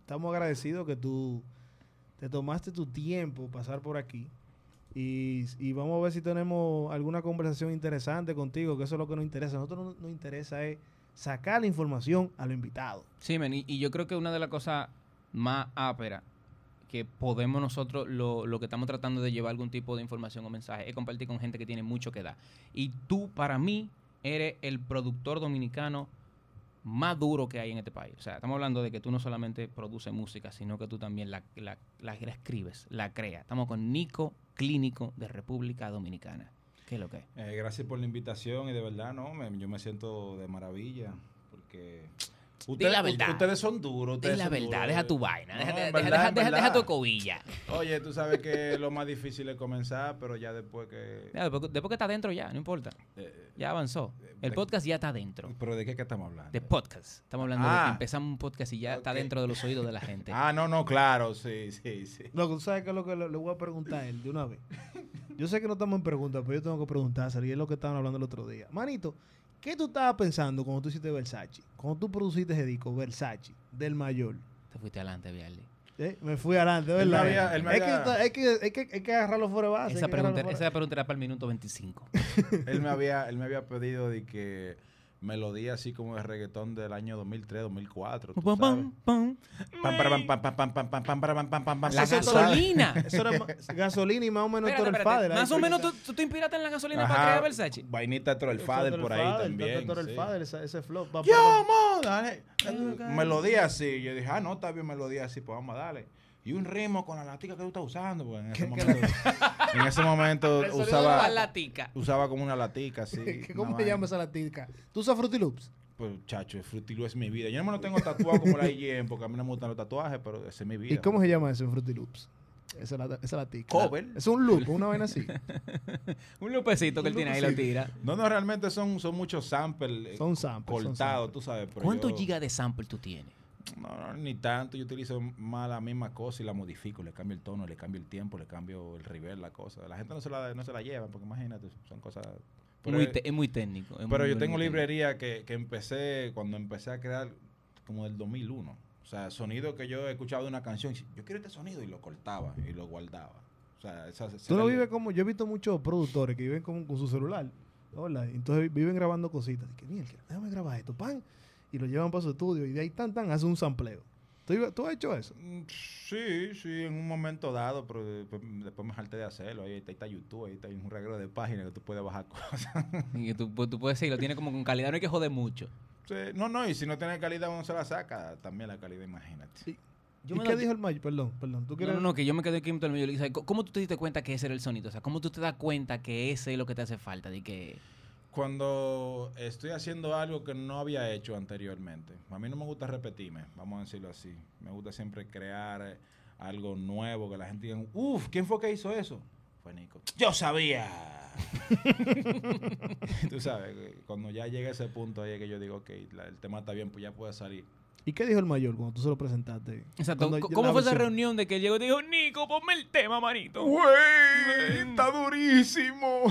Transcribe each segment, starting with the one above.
estamos agradecidos que tú te tomaste tu tiempo pasar por aquí. Y, y vamos a ver si tenemos alguna conversación interesante contigo, que eso es lo que nos interesa. A nosotros no- nos interesa es sacar la información a los invitados. Sí, men, y, y yo creo que una de las cosas más áperas que podemos nosotros, lo, lo que estamos tratando de llevar algún tipo de información o mensaje, es compartir con gente que tiene mucho que dar. Y tú, para mí, eres el productor dominicano más duro que hay en este país. O sea, estamos hablando de que tú no solamente produces música, sino que tú también la, la, la, la escribes, la creas. Estamos con Nico Clínico de República Dominicana. ¿Qué es lo que es? Eh, gracias por la invitación y de verdad, no, me- yo me siento de maravilla porque Di la u- verdad. ustedes son duros. Di ustedes la son verdad, duros. eh. deja tu vaina, No, deja, en deja- verdad, deja- en deja- deja verdad. tu cobilla. Oye, tú sabes que lo más difícil es comenzar, pero ya después que... Mira, después, después que está adentro ya, no importa. eh, Ya avanzó. El de- podcast ya está adentro. pero de qué que estamos hablando? De podcast. Estamos hablando de Ah. que empezamos un podcast y ya está Ok. dentro de los oídos de la gente. Ah, no, no, claro, sí, sí, sí. Loco, ¿tú sabes qué es lo que le, le voy a preguntar a él de una vez? Yo sé que no estamos en preguntas, pero yo tengo que preguntárselo y es lo que estaban hablando el otro día. Manito, ¿qué tú estabas pensando cuando tú hiciste Versace? Cuando tú produciste ese disco, Versace, del mayor. Te fuiste adelante, Vialli. ¿eh? Me fui adelante, Él me ¿verdad? había- él me es, que, había- está- es, que, es, que, es que agarrarlo fuera de base. hay Esa Ah, que pregunta, agarrarlo fuera- esa pregunta era para el minuto 25. él, me había, él me había pedido de que melodía así como de reggaetón del año 2003, 2004. tú sabes. Pam, para, pam, pam, pam, pam, pam, pam, para, pam, pam, pam, pam. La Eso es todo. gasolina. Eso era ma- gasolina y más o menos Espérate, todo el ¿eh? espérate. fader. ahí, Más o porque- menos tú, tú te inspiraste en la gasolina para Ajá, crear Versace. Vainita Troll Eso Fader todo el por ahí fader, también. todo el sí. fader, ese, ese flop. va Yo, por- mo, dale. Yo, Mm, Melodía así. Yo dije, ah, no, está bien melodía así, pues vamos a darle. Y un ritmo con la latica que tú estás usando, pues en ese momento. en ese momento El sonido de la usaba, latica. usaba como una latica así. ¿Cómo una te vaina. llamas esa latica? ¿Tú usas Fruity Loops? Pues, chacho, Frutilo es mi vida. Yo no me lo tengo tatuado como la IGM, porque a mí no me gustan los tatuajes, pero ese es mi vida. ¿Y cómo se llama eso en Fruity Loops? Esa la- esa latica. Cover. Es un loop, una vaina así. Un lupecito que él tiene ahí lo tira. No, no, realmente son, son muchos samples eh, Son samples. son cortados, tú sabes. pero ¿Cuántos yo- gigas de sample tú tienes? No, no, ni tanto. Yo utilizo más la misma cosa y la modifico. Le cambio el tono, le cambio el tiempo, le cambio el river, la cosa. La gente no se la, no se la lleva, porque imagínate, son cosas... Pero, Muy te- es muy técnico. es pero muy- yo muy tengo técnico. librería que, que empecé, cuando empecé a crear, como del 2001. O sea, sonido que yo he escuchado de una canción, y yo quiero este sonido, y lo cortaba y lo guardaba. O sea, esa, esa- Tú no vives como. Yo he visto muchos productores que viven como con su celular. Hola. y Entonces viven grabando cositas. Y que mierda, déjame grabar esto, pan. Y lo llevan para su estudio. Y de ahí tan tan hacen un sampleo. ¿Tú, iba- tú has hecho eso? Mm, Sí, sí, en un momento dado, pero después, después me salté de hacerlo. Ahí está, ahí está YouTube, ahí está un reguero de páginas que tú puedes bajar cosas. Y que tú, pues, tú puedes seguir, lo tienes como con calidad, no hay que joder mucho. Sí, no, no, y si no tiene calidad, uno se la saca. También la calidad, imagínate. Yo ¿Y me qué doy- dijo el mayor? Perdón, perdón. ¿Tú No, quieres- no, no, que yo me quedé aquí en el medio. y le dije, "Co- ¿Cómo tú te diste cuenta que ese era el sonido? O sea, ¿cómo tú te das cuenta que ese es lo que te hace falta? De que... Cuando estoy haciendo algo que no había hecho anteriormente, a mí no me gusta repetirme, vamos a decirlo así. Me gusta siempre crear eh, algo nuevo, que la gente diga, uff, ¿quién fue que hizo eso? Fue Nico. Yo sabía. Tú sabes, eh, cuando ya llega ese punto ahí es que yo digo, ok, la- el tema está bien, pues ya puede salir. ¿Y qué dijo el mayor cuando tú se lo presentaste? Exacto. Cuando- Co- la ¿Cómo fue esa versión- reunión de que él llegó y te dijo, Nico, ponme el tema, manito? Uh. ¡Güey! ¡Está durísimo!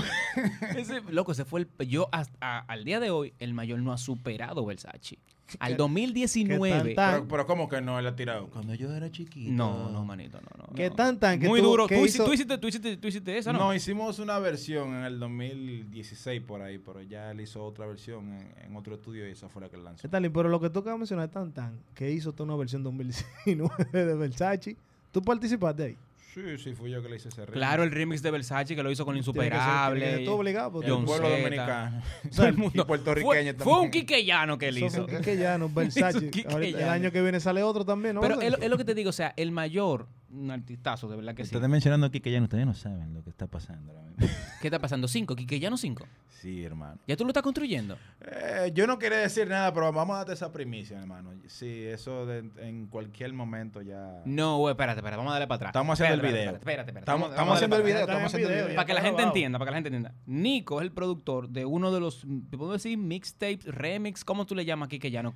Ese- loco, ese fue el... Yo hasta, a- al día de hoy, el mayor no ha superado Versace. Al Que- 2019... que tanta- Pero, pero ¿cómo que no? Él ha tirado. Cuando yo era chiquito. No, no, manito, no, no. Que no. tan, tan, que Muy tú- duro. que Tú, hizo- hici- tú hiciste, tú, hiciste, tú hiciste esa, ¿no? No, hicimos una versión en el 2016 por ahí, pero ya él hizo otra versión en, en otro estudio y esa fue la que él lanzó. Está bien, pero lo que tú acabas de mencionar, tan tan, que hizo toda una versión 2019 de Versace, tú participaste ahí. Sí, sí, fui yo que le hice ese ritmo. Claro, el remix de Versace que lo hizo con Tiene que ser- tiene que Insuperable. ser Todo obligado. el Porque John pueblo Zeta. dominicano. Todo el mundo. Y puertorriqueño fue, fue un también. quiqueyano que él eso hizo. fue quiqueyano, Versace. Hizo quiqueyano. Ahorita, el año que viene sale otro también, ¿no? Pero Versace? es, lo- es lo que te digo, o sea, el mayor, un artistazo, de verdad que sí. Ustedes mencionando aquí que ya no, ustedes no saben lo que está pasando ahora mismo. ¿Qué está pasando? ¿Cinco? ¿Quique ya no cinco? sí, hermano. ¿Ya tú lo estás construyendo? Eh, yo no quería decir nada, pero vamos a darte esa primicia, hermano. Sí, eso de- en cualquier momento ya... No, güey, espérate, espérate, vamos a darle para atrás. Estamos haciendo Espérate, el espérate, video. Espérate, espérate. Estamos, vamos- estamos vamos a darle haciendo el video, para atrás. estamos haciendo Está en el video. video, Para que la Está gente grabado. entienda, para que la gente entienda. Nico es el productor de uno de los, te puedo decir, mixtapes, remix, ¿cómo tú le llamas aquí que ya no?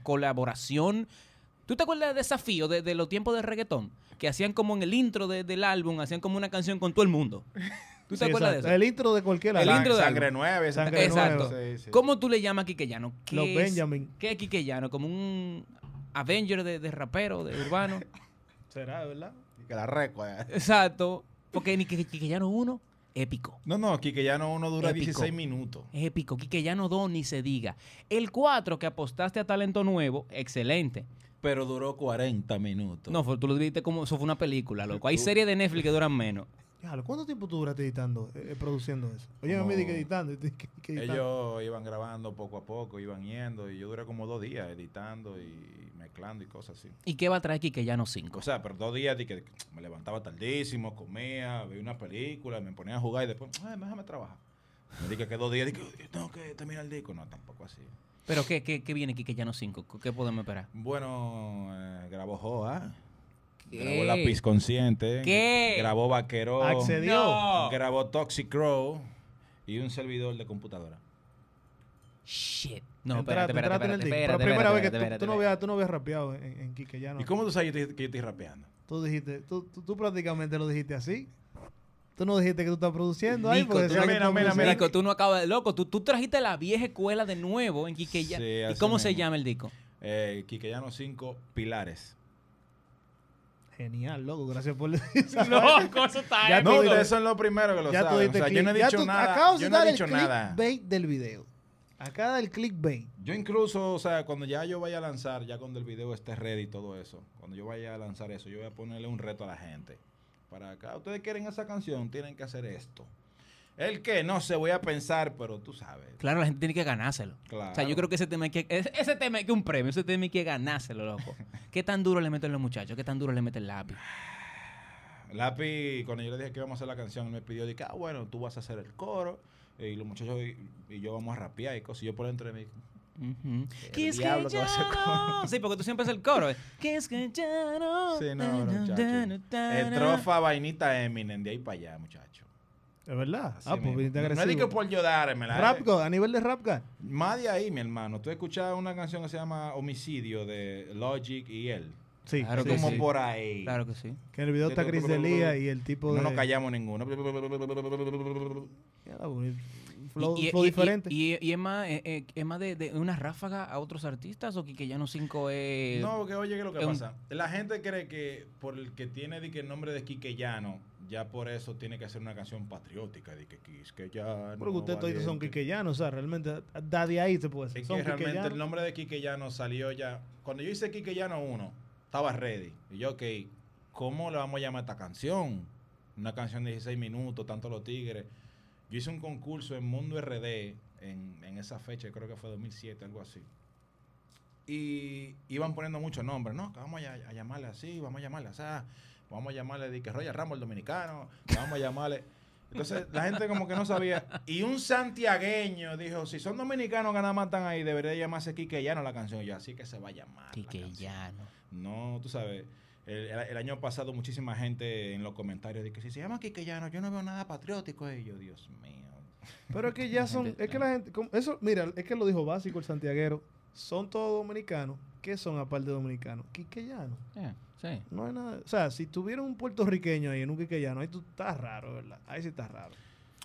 Colaboración. ¿Tú te acuerdas de desafío de, de los tiempos de reggaetón? Que hacían como en el intro de- del álbum, hacían como una canción con todo el mundo. ¿Tú te Sí, acuerdas exacto. de eso? El intro de cualquier El álbum. intro de Sangre algo. nueva. esa- Sangre Exacto. nueva. Sí, sí. ¿Cómo tú le llamas a Quiquellano? ¿Qué Los es- Benjamin. ¿Qué es Quiquellano? ¿Como un Avenger de, de rapero, de urbano? Será, ¿verdad? Que la recua. eh. Exacto. Porque ni que Quiquellano 1, épico. No, no, Quique ya no uno dura Épico. 16 minutos. Es épico. Quiquellano 2, ni se diga. El 4, que apostaste a talento nuevo, excelente. Pero duró 40 minutos. No, fue- tú lo viste como eso fue una película, loco. Hay series de Netflix que duran menos. Déjalo, ¿cuánto tiempo tú duraste editando, eh, eh, produciendo eso? Oye, Como- me di que editando. di que- que editando. Ellos iban grabando poco a poco, iban yendo, y yo duré como dos días editando y mezclando y cosas así. ¿Y qué va a traer Quiquellano 5? O sea, pero dos días de que me levantaba tardísimo, comía, veía una película, me ponía a jugar y después, ay, déjame trabajar. Me dije que dos días, dije, "Yo tengo que terminar el disco. No, tampoco así. ¿Pero qué, qué, qué viene Quiquellano 5? ¿Qué podemos esperar? Bueno, eh, grabó Joa, ¿Qué? grabó Lápiz Consciente, ¿Qué? grabó Vaquero, Accedí. ¡No! grabó Toxic Crow y un servidor de computadora. Shit. No, Entraste- espérate, espérate, entraste en el espérate, disco. espérate, Pero primera vez que espérate, tú- espérate, tú no espérate. veas- tú no habías rapeado en- en en Quique, ya no. ¿Y cómo tú sabes yo te- que yo estoy rapeando? Tú dijiste, tú, tú, tú prácticamente lo dijiste así. Tú no dijiste que tú estás produciendo ahí. Nico, porque tú- decía que mira, tú mira, producías. Nico, tú no acabas de loco. Tú, tú trajiste la vieja escuela de nuevo en Quiquellano. Sí, ¿Y así cómo se mismo. llama el disco? Eh, Quiquellano 5, Pilares. Genial, loco. Gracias por decir esa vaina. Loco, eso está Ya épico. tú No, diste- ustedes son los primeros que lo Ya tú saben. O diste sea, yo no he click- ya dicho tú nada. Acabas Yo de no dar he el dicho nada. clickbait del video. Acá da el clickbait. Yo incluso, o sea, cuando ya yo vaya a lanzar, ya cuando el video esté ready y todo eso, cuando yo vaya a lanzar eso, yo voy a ponerle un reto a la gente. Para acá, ustedes quieren esa canción, tienen que hacer esto. El que no se voy a pensar, pero tú sabes. Claro, la gente tiene que ganárselo. Claro. O sea, yo creo que ese tema hay que, es- ese tema hay que un premio, ese tema hay que ganárselo, loco. ¿Qué tan duro le meten los muchachos? ¿Qué tan duro le meten el lápiz? Lápiz, cuando yo le dije que íbamos a hacer la canción, él me pidió, dije, ah, bueno, tú vas a hacer el coro, eh, y los muchachos y, y yo vamos a rapear y cosas. Y yo por dentro de mí, Ujú. El Que es que diablo con ya ese no. Sí, porque tú siempre haces el coro. eh. Que es que ya no. sí, no, no, muchachos. Estrofa, vainita, Eminem, de ahí para allá, muchacho. Es verdad. Así Ah, pues mismo. viniste no es de que agresivo. por yo dármela. Rap eh. God, a nivel de Rap God. Más de ahí, mi hermano. Tú escuchas una canción que se llama Homicidio de Logic y él. Sí, Claro sí, que Como sí. por ahí. Claro que sí. Que en el video está Chris D'Elia y el tipo de... No nos callamos ninguno. Ya, bonito. pues, Flow, y, y- flow y- diferente. Y, y es más, eh, eh, es más de, de una ráfaga a otros artistas o que, que ya no cinco Eh, es. No, porque oye, ¿qué es lo que es un- pasa? La gente cree que por el que tiene di que, el nombre de Quiquellano, ya por eso tiene que hacer una canción patriótica. De que Quiquellano. Porque ustedes todos son valiente. quiquellanos, o sea, realmente da de ahí se puede decir. Es Son que realmente el quiquellanos. nombre de Quiquellano salió ya. Cuando yo hice Quiquellano 1, estaba ready. Y yo, ok, ¿cómo le vamos a llamar a esta canción? Una canción de 16 minutos, tanto los tigres. Yo hice un concurso en Mundo RD en, en esa fecha, creo que fue 2007, algo así. Y iban poniendo muchos nombres, ¿no? Que vamos a, a llamarle así, vamos a llamarle así, vamos a llamarle de que Roger Ramos el dominicano, que vamos a llamarle. Entonces la gente como que no sabía. Y un santiagueño dijo, si son dominicanos que nada más están ahí, debería llamarse Quiquellano la canción. Y Yo, así que se va a llamar. la canción". Quiquellano. No, tú sabes. El, el- el año pasado muchísima gente en los comentarios dice que si se llama Quiquellano, yo no veo nada patriótico. Y yo, Dios mío. Pero es que ya La son, gente- es que la gente, como- eso, mira, es que lo dijo básico el santiaguero, son todos dominicanos, ¿qué son aparte de dominicanos? Quiquellanos. Eh, sí. No hay nada, o sea, si tuviera un puertorriqueño ahí en un quiquellano, ahí tú estás raro, ¿verdad? Ahí sí estás raro.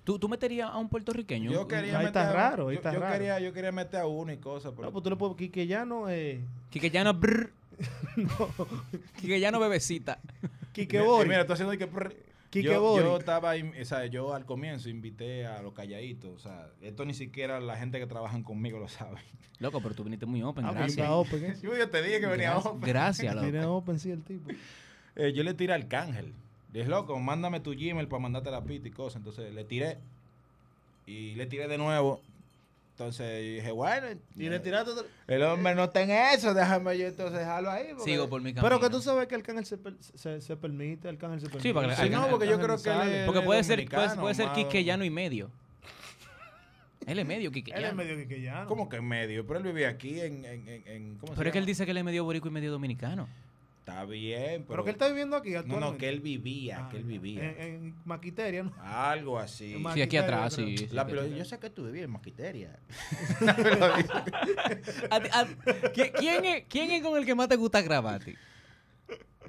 ¿Tú, tú meterías a un puertorriqueño? Yo Un- quería ahí meter está a- raro, ahí yo- está yo raro. Quería, yo quería meter a uno y cosas. Pero No, pues tú le puedes, quiquellano, eh, Quiquellano, brr. no, Quiquellano bebecita. Mira, quiquebori, Mira, tú haciendo de que. prr. Quique yo, Bory. yo estaba, in- o sea, yo al comienzo invité a los calladitos, o sea, esto ni siquiera la gente que trabajan conmigo lo sabe. Loco, pero tú viniste muy open. ah, porque gracias. está open, ¿eh? Yo, yo te dije que venía Gracias, open. gracias, loco. Tiene open, sí, el tipo. Eh, yo le tiré al cángel. Dije, loco, mándame tu Gmail para mandarte la pita y cosas. Entonces le tiré y le tiré de nuevo. Entonces yo dije, bueno, eh, el hombre no está en eso, déjame yo entonces dejarlo ahí. porque- Sigo por mi camino. Pero que tú sabes que el cángel se, per- se, se permite, el cángel se permite. para que- Sí, no, porque yo creo que él sale. es- Porque Él puede ser, dominicano, puede, puede ser amado. quiquellano y medio. Él es medio Él quiquellano. es medio quiquellano. ¿Cómo que en medio? Pero él vivía aquí en... en, en, en- ¿cómo se Pero es que él llama? dice que él es medio borico y medio dominicano. Está bien, pero... Pero que él está viviendo aquí No, actualmente. no, que él vivía, Ah, que él ya. vivía. En, en Maquiteria, ¿no? Algo así. Ma- Sí, aquí Maquiteria, atrás, creo. sí. sí, La que- pelo- yo sé que tú vivías en Maquiteria. A ti- a- ¿qui- ¿quién, es, ¿Quién es con el que más te gusta grabar a ti?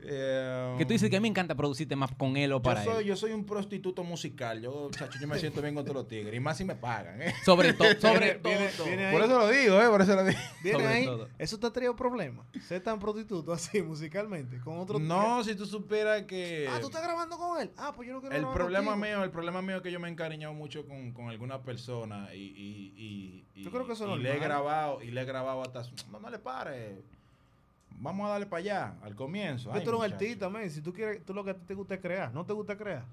Eh, Que tú dices que a mí me encanta producir temas con él o yo para soy, él. yo soy un prostituto musical. Yo, chacho, yo me siento bien con todos los tigres. Y más si me pagan, ¿eh? Sobre, todo sobre Viene- viene- todo. viene ahí. Por eso lo digo, ¿eh? Por eso lo digo. Viene Sobre ahí, todo. eso te ha traído problemas. Ser tan prostituto así musicalmente con otro. No, si tú supieras que... Ah, tú estás grabando con él. Ah, pues yo no quiero El grabar problema contigo. mío, el problema mío es que yo me he encariñado mucho con, con alguna persona y, y, y- y- Yo creo que eso es y le he normal. grabado, y le he grabado hasta su- no, no le pare. Vamos a darle para allá, al comienzo. Pero Ay, tú eres un muchacho. artista, man. Si tú quieres, tú lo que a ti te gusta es crear. No te gusta crear.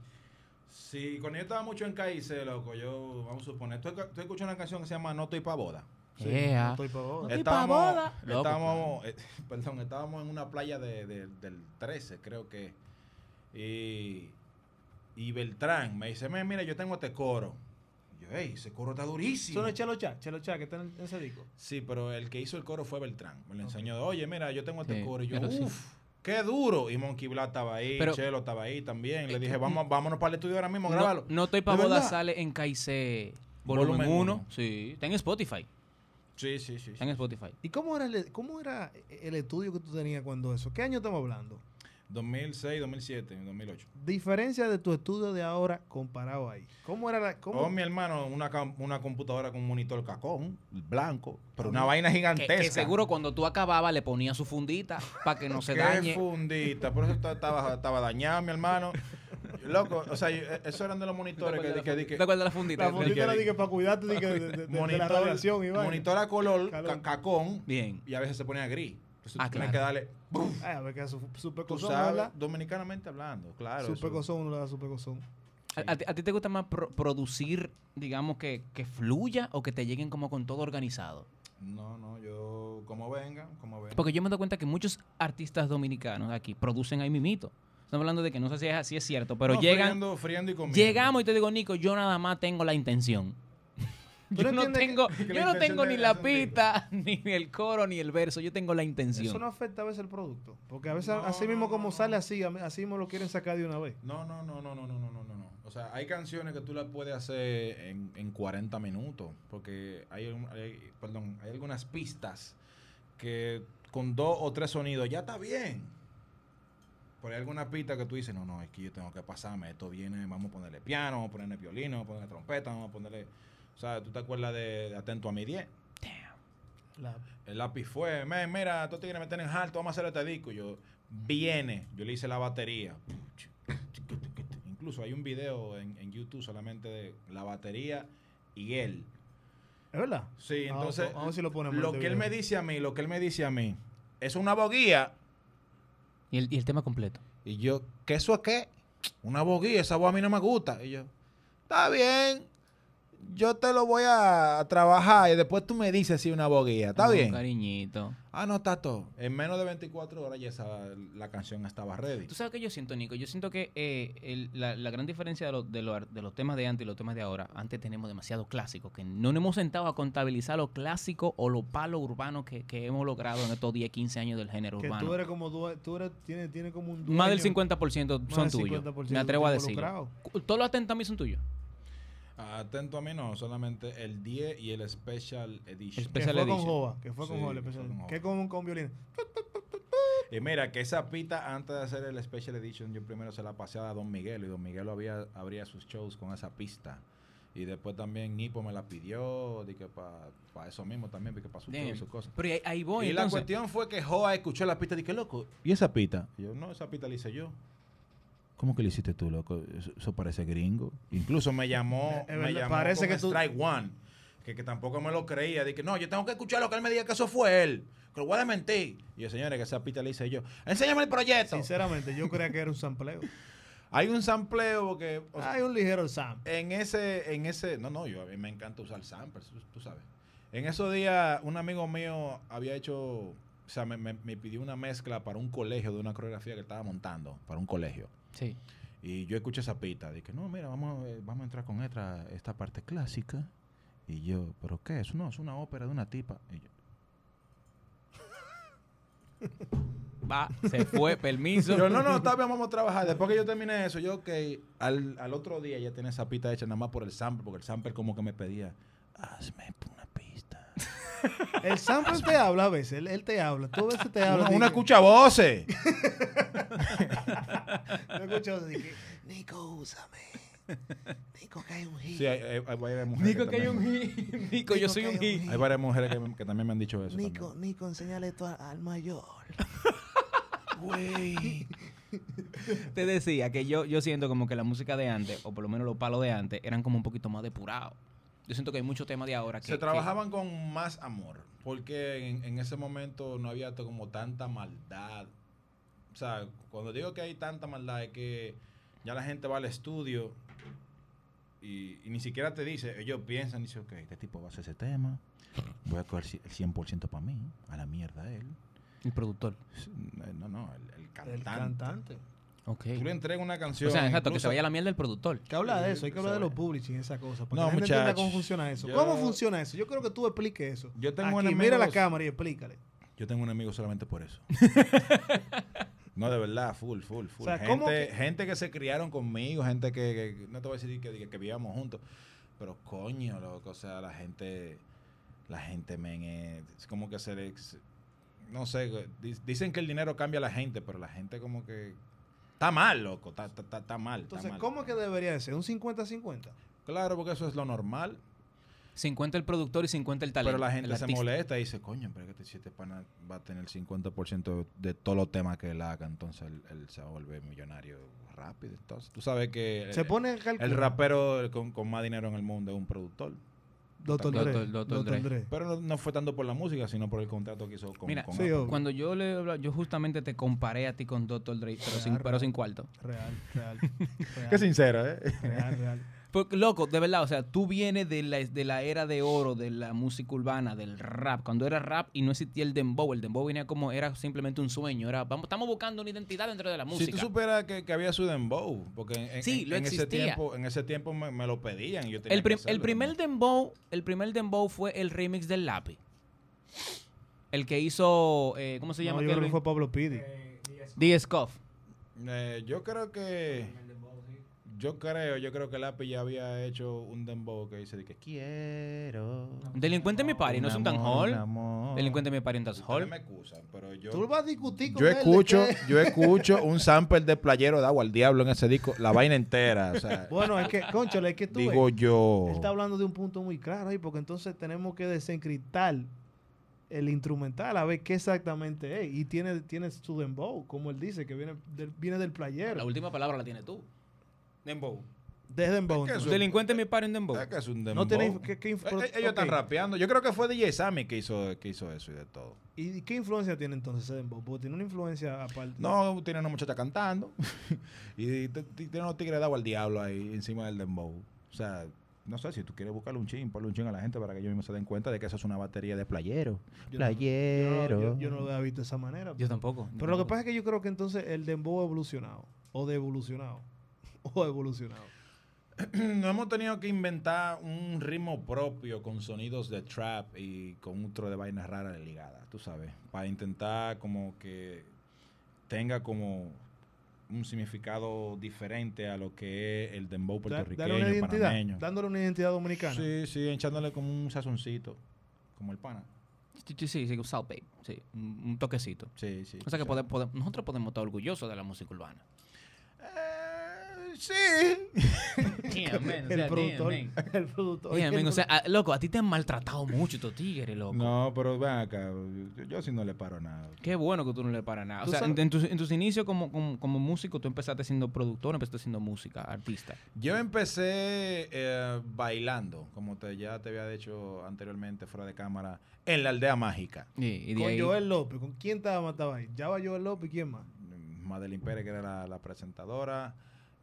Sí, cuando yo estaba mucho en KIC, loco, yo, vamos a suponer, tú, escu- tú escuchas una canción que se llama No estoy pa' boda. Yeah. No estoy pa' boda. estoy pa' estábamos, boda. Loco, estábamos, eh, perdón, estábamos en una playa de- de- del 13, creo que. Y, y Beltrán me dice, "Men, mira, yo tengo este coro. Y yo, hey, ese coro está durísimo. Eso no es Chelo Chá, Chelo Chá, que está en en ese disco. Sí, pero el que hizo el coro fue Beltrán. Me lo enseñó, oye, mira, yo tengo este Sí, coro. Y yo, pero sí. uff, qué duro. Y Monkey Black estaba ahí, Pero- Eh, mm. Chelo estaba ahí también. Le dije, vamos, vámonos para el estudio ahora mismo, No, grábalo. no estoy pa' ¿De boda verdad? sale en KIC Volumen volumen 1. uno. Sí, está en Spotify. Sí, sí, sí. Está en Spotify. ¿Y cómo era, el, e, cómo era el estudio que tú tenías cuando eso? ¿Qué año estamos hablando? 2006, 2007, 2008. Diferencia de tu estudio de ahora comparado ahí. ¿Cómo era la.? Cómo, Oh, mi hermano, una, cam- una computadora con un monitor cacón, blanco, pero una vaina Que, gigantesca. que seguro cuando tú acababas le ponía su fundita para que no se Qué dañe. fundita, por eso estaba- estaba, estaba dañado, mi hermano. Loco, o sea, yo- eh, eso eran de los monitores que, di- que, di- que- ¿Te acuerdas de la fundita? la fundita era que- de que para cuidarte de, que de, de- de- de la monitor, radiación y vaina. monitor a color, ca- Calor. cacón, Bien. y a veces se ponía gris. Entonces Ah, tú tienes claro. que darle, ¡buf! Ay, Eh, a ver, que su, su tú pecozón, sabes, ¿verdad? dominicanamente hablando, claro. Su eso. pecozón, uno le da su pecozón. ¿A, a ti- a ti te gusta más pro- producir, digamos, que, que fluya o que te lleguen como con todo organizado? No, no, yo, como venga, como venga. Porque yo me doy cuenta que muchos artistas dominicanos de aquí producen ahí mimito. Estamos hablando de que no sé si es así, es cierto, pero No, llegan, friendo, friendo y comiendo. llegamos y te digo, Nico, yo nada más tengo la intención. ¿Tú Yo no no entiendes que- tengo, que la yo no intención tengo de- ni la es un tipo? pita, ni el coro, ni el verso, yo tengo la Eso no intención. afecta a veces el producto. Porque a veces, No, así mismo no, como no, sale no. así, a- así mismo lo quieren sacar de una vez. No, no, no, no, no, no, no, no, no, no. O sea, hay canciones que tú las puedes hacer en, en 40 minutos, porque hay, un- hay- perdón, hay algunas pistas que con dos o tres sonidos ya está bien. Pero hay algunas pistas que tú dices, no, no, es que yo tengo que pasarme, esto viene, vamos a ponerle piano, vamos a ponerle violino, vamos a ponerle trompeta, vamos a ponerle... O sea, ¿tú te acuerdas de, de Atento a mi 10? La- El lápiz fue, "Men, mira, tú tienes que meter en alto, vamos a hacer este disco. Y Yo, viene, yo le hice la batería. Incluso hay un video en, en YouTube solamente de la batería y él. ¿Es verdad? Sí, Vamos- entonces, vamos a ver si lo ponemos en lo este que él video. me dice a mí, lo que él me dice a mí, es una boguía. Y el, y el tema completo. Y yo, ¿qué eso es qué? Una boguía, esa voz a mí no me gusta. Y yo, está bien, yo te lo voy a, a trabajar y después tú me dices si una boguía, está Con bien. Cariñito. Ah, no, Tato. En menos de 24 horas ya esa, la canción estaba ready. ¿Tú sabes qué yo siento, Nico? Yo siento que eh, el- la, la gran diferencia de, lo- de lo ar- de los temas de antes y los temas de ahora, antes tenemos demasiados clásicos, que no nos hemos sentado a contabilizar lo clásico o los palos urbanos que, que hemos logrado en estos 10, 15 años del género Que urbano. tú eres como due- tú eres, tiene, tiene como un Más del dueño. 50% Más son del tuyos. 50% Me atrevo a está decir. involucrado. Todos los atentos a mí son tuyos. Atento a mí, no. Solamente el 10 y el Special Que Edition. Special fue con Edition. Joa, que fue con Sí, Joa, el que fue especial. con Joa. Que con, con violín. Y mira, que esa pita, antes de hacer el Special Edition, yo primero se la pasé a Don Miguel. Y Don Miguel había, abría sus shows con esa pista. Y después también Nipo me la pidió. Para eso mismo también, para su show y Damn. sus cosas. Pero ahí, ahí voy. y la entonces. cuestión fue que Joa escuchó la pista y dije, loco, ¿y esa pita? Y yo, no, esa pita la hice yo. ¿Cómo que la hiciste tú, loco? Eso, eso parece gringo. Incluso me llamó, Es Eh, verdad, me llamó parece con que tú- Strike One, que, que tampoco me lo creía. Dije, no, yo tengo que escuchar lo que él me diga que eso fue él. Que lo voy a mentir. Y yo, señores, que esa pita la hice yo. Enséñame el proyecto. Sinceramente, yo creía que era un sampleo. Hay un sampleo porque... o sea, Hay un ligero sample. en ese, en ese, no, no, yo a mí me encanta usar samples, tú, tú sabes. En esos días, un amigo mío había hecho, o sea, me, me- me pidió una mezcla para un colegio de una coreografía que estaba montando, para un colegio. Sí. Y yo escuché esa pita, dije, no, mira, vamos, a ver, vamos a entrar con esta, esta parte clásica. Y yo, ¿pero qué? Eso no, es una ópera de una tipa. Y yo, Va, se fue, permiso. Yo, no, no, está bien, vamos a trabajar. Después que yo terminé eso, yo, ok, al, al otro día ya tenía esa pista hecha nada más por el sample, porque el sample como que me pedía, hazme una pista. El sample te habla a veces, él, él te habla. Tú a veces te habla. Uno, dice, uno escucha voces. Yo escucho así que, Nico, úsame. Nico, cae un hit. Sí, hay, hay- hay varias mujeres. Nico, que que hay un también- hit. Nico, yo Nico, soy que un hay un hit. hit. Hay varias mujeres que, que también me han dicho eso. Nico, también. Nico, enséñale esto al, al mayor. Güey. Te decía que yo, yo siento como que la música de antes, o por lo menos los palos de antes, eran como un poquito más depurados. Yo siento que hay muchos temas de ahora que... Se que- trabajaban con más amor, porque en, en ese momento no había to- como tanta maldad. O sea, cuando digo que hay tanta maldad es que ya la gente va al estudio y, y ni siquiera te dice, ellos piensan, dicen, ok, este tipo va a hacer ese tema, voy a coger ci- el 100% para mí, a la mierda él. El productor. Sí, No, no, el, el cantante. El cantante. Ok. Tú le entregas una canción. O sea, exacto, que incluso- se vaya la mierda del productor. Que habla de Sí, eso, hay que se hablar de ve. los publishing, esa cosa. Para que No, la gente entienda muchachos, cómo funciona eso. yo- ¿Cómo funciona eso? Yo creo que tú expliques eso. Yo tengo Aquí, enemigos- mira la cámara y explícale. Yo tengo un enemigo solamente por eso. no, de verdad, full, full, full. O sea, ¿cómo gente, que- gente que se criaron conmigo, gente que, que- no te voy a decir que, que, que vivíamos juntos, pero coño, loco, o sea, la gente, la gente, men, eh, es como que se le, se- no sé, di- dicen que el dinero cambia a la gente, pero la gente como que está mal, loco, está, está, está- está mal. está Entonces, mal. ¿cómo que debería de ser? ¿Un 50-50? Claro, porque eso es lo normal. 50 el productor y 50 el talento. Pero la gente el se artista. molesta y dice, coño, pero es que este pana va a tener el 50% de todos los temas que él haga, entonces él, él se va a volver millonario rápido. Entonces, tú sabes que el, Se pone a calcular. Eh, el rapero con, con más dinero en el mundo es un productor. Doctor Doctor- Dre. Doctor Doctor Dre. Dre. Pero no, no fue tanto por la música, sino por el contrato que hizo con, Mira, con sí, Apple. obvio. Cuando yo le habla- yo justamente te comparé a ti con Dr. Dre, pero, sin, Claro. pero sin cuarto. Real, real. Qué real, sincero, ¿eh? real, real. Porque, Pues, loco, de verdad, o sea, tú vienes de la, de la era de oro, de la música urbana, del rap. Cuando era rap y no existía el dembow, el dembow venía como, era simplemente un sueño. Era, vamos, estamos buscando una identidad dentro de la Si tú música. supieras que, que había su dembow, porque en, en- Sí, en- lo en ese existía. tiempo, en ese tiempo me, me lo pedían. y Yo tenía el, que prim- el hacerlo primer también. dembow, el primer dembow fue el remix del lápiz. El que hizo, eh, ¿cómo se No, llama? yo aquel? creo que fue Pablo Pidi. The Scoff. Eh, yo creo que... Yo creo, yo creo que Lápiz ya había hecho un dembow que dice de que quiero. Delincuente en mi party, no es un tan hall. Delincuente en mi party, un tan Ustedes hall. me excusan, pero yo. Tú vas a discutir con Yo él de escucho, que- yo escucho un sample de playero de agua al diablo en ese disco, la vaina entera. O sea, Bueno, es que, conchale, es que tú. digo ves, yo. Él está hablando de un punto muy claro ahí, porque entonces tenemos que desencriptar el instrumental a ver qué exactamente es. Y tiene, tiene su dembow, como él dice, que viene del, viene del La playero. última palabra la tienes tú. Dembow. De dembow. Es que entonces. eso- Delincuente en mi party, un dembow. Es que es un dembow. No tiene inf- ¿qué- qué Eh, inf- eh, pro- ellos están ok. rapeando. Yo creo que fue DJ Sammy que hizo, que hizo eso y de todo. ¿Y qué influencia tiene entonces ese dembow? Porque tiene una influencia aparte. No, tiene una muchacha cantando. y t- t- tiene unos tigres de agua al diablo ahí encima del dembow. O sea, no sé, si tú quieres buscarle un chin, ponle un chin a la gente para que ellos mismos se den cuenta de que eso es una batería de playero. Yo no- yo, playero. no- yo- yo no lo había visto de esa manera. Yo tampoco. Pero lo que pasa es que yo creo que entonces el dembow ha evolucionado. O devolucionado. O evolucionado. No hemos tenido que inventar un ritmo propio con sonidos de trap y con otro de vainas raras ligadas, tú sabes, para intentar como que tenga como un significado diferente a lo que es el dembow Da- puertorriqueño, Darle una identidad. panameño. Dándole una identidad dominicana. Sí, sí, echándole como un sazoncito, como el pana. Sí, sí, sí, sí, un salt babe, sí, un un toquecito. Sí, sí. O sea que pode- pode- nosotros podemos estar orgullosos de la música urbana. Eh, sí. El productor. El productor. Oye, amigo, el o sea, a- loco, a ti te han maltratado mucho estos tigres, loco. No, pero ven acá, yo, yo sí no le paro nada. Qué bueno que tú no le paras nada. O Tú sea, en, sabes- en tus, en tus inicios como, como, como músico, tú empezaste siendo productor, empezaste siendo música, artista. Yo empecé eh, bailando, como te, ya te había dicho anteriormente fuera de cámara, en la aldea mágica. Y, y de Con ahí- Joel López. ¿Con quién estaba mataba ahí? Ya va Joel López. ¿Quién más? Madeline Pérez, que era la, la presentadora,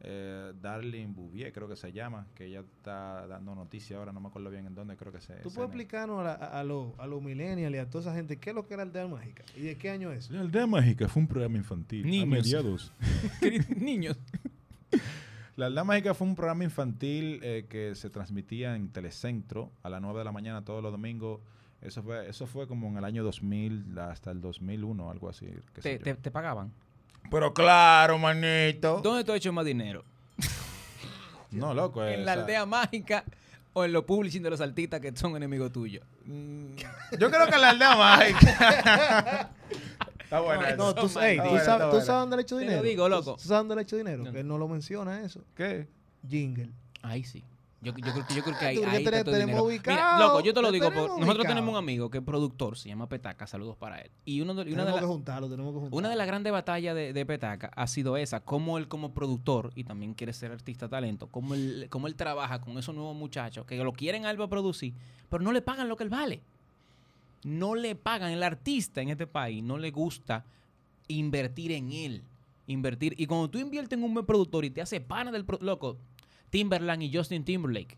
eh, Darlene Bouvier, creo que se llama, que ella está dando noticia ahora, no me acuerdo bien en dónde, creo que se... Tú se- puedes explicarnos a, la- a, a los a los millennials y a toda esa gente qué es lo que era Aldea Mágica y de qué año es. La aldea mágica fue un programa infantil. Niños. A mediados. Niños. La aldea mágica fue un programa infantil eh, que se transmitía en Telecentro a las 9 de la mañana todos los domingos. Eso fue, eso fue como en el año 2000 hasta el 2001, algo así. qué Te, sé yo. te- te pagaban. Pero claro, manito. ¿Dónde tú has hecho más dinero? No, loco. eh, ¿En la o sea, aldea mágica o en los publishing de los artistas que son enemigos tuyos? mm, Yo creo que en la aldea mágica. Está bueno eso. No, tú, Está ey, bueno, ¿tú, está sabes, tú bueno. sabes dónde le hecho Te lo dinero? digo, loco. ¿Tú sabes dónde le hecho dinero? No. Que él no lo menciona eso. ¿Qué? Jingle. Ahí sí. Yo, yo creo, que- yo creo que ahí, Tú, ya ahí te- está todo el tenemos dinero. ubicado, Mira, loco, yo te lo te digo. por- tenemos nosotros ubicado. tenemos un amigo que es productor, se llama Petaca, saludos para él. Y uno de, y una de tenemos la- que juntarlo, tenemos que juntarlo. una de las grandes batallas de, de Petaca ha sido esa, cómo él como productor, y también quiere ser artista talento, cómo él, cómo él trabaja con esos nuevos muchachos que lo quieren algo a producir, pero no le pagan lo que él vale. No le pagan, el artista en este país no le gusta invertir en él. Invertir. Y cuando tú inviertes en un buen productor y te hace pana del pro- loco, Timberland y Justin Timberlake.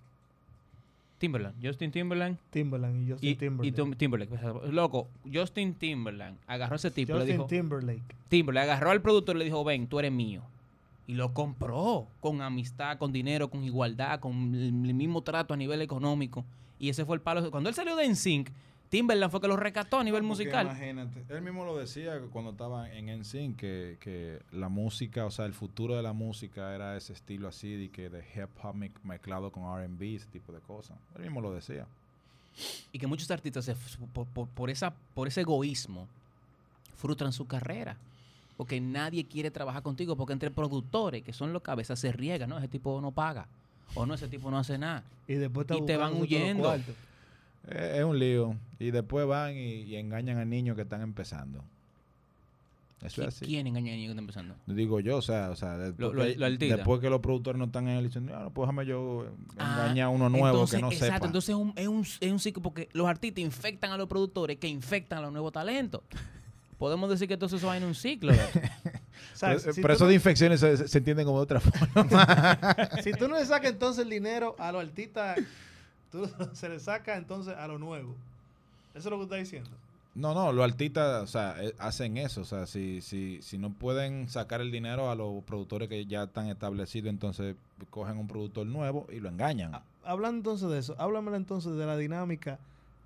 Timberland, Justin Timberland Timberland y Justin y, y Timberlake. Tim- Timberlake. Loco, Justin Timberland agarró a ese tipo y le Justin dijo, Timberlake. Timbre, le agarró al productor y le dijo, ven, tú eres mío. Y lo compró con amistad, con dinero, con igualdad, con el el mismo trato a nivel económico. Y ese fue el palo. Cuando él salió de NSYNC, Timberland fue que lo rescató a nivel Porque musical. Imagínate, él mismo lo decía que cuando estaba en NSYNC que, que la música, o sea, el futuro de la música era ese estilo así de que de hip hop mec- mezclado con R&B, ese tipo de cosas. Él mismo lo decía. Y que muchos artistas, se f- por, por- por esa, por ese egoísmo, frustran su carrera. Porque nadie quiere trabajar contigo. Porque entre productores, que son los cabezas, se riegan, ¿no? Ese tipo no paga. O no, ese tipo no hace nada. Y después está Y te van buscándose todos los huyendo. cuartos. Eh, es un lío y después van y, y engañan a niños que están empezando. Eso ¿Qui- es así. ¿Quién engaña a niños que están empezando? Digo yo, o sea, o sea después, lo- que, lo altita. después que los productores no están en el dicen, ah, no, pues déjame yo Ah, engañar a uno nuevo entonces, que no exacto, sepa. entonces es un, es, un, es un ciclo porque los artistas infectan a los productores que infectan a los nuevos talentos. Podemos decir que entonces eso va en un ciclo. loco. O sea, Pero, si pero tú eso no- de infecciones se, se- se entiende como de otra forma. Si tú no le sacas entonces el dinero a los artistas, tú se le sacas entonces a lo nuevo. Eso es lo que está diciendo. No, no, los artistas, o sea, eh, hacen eso. O sea, si, si, si no pueden sacar el dinero a los productores que ya están establecidos, entonces cogen un productor nuevo y lo engañan. Ha- Hablando entonces de eso, háblamelo entonces de la dinámica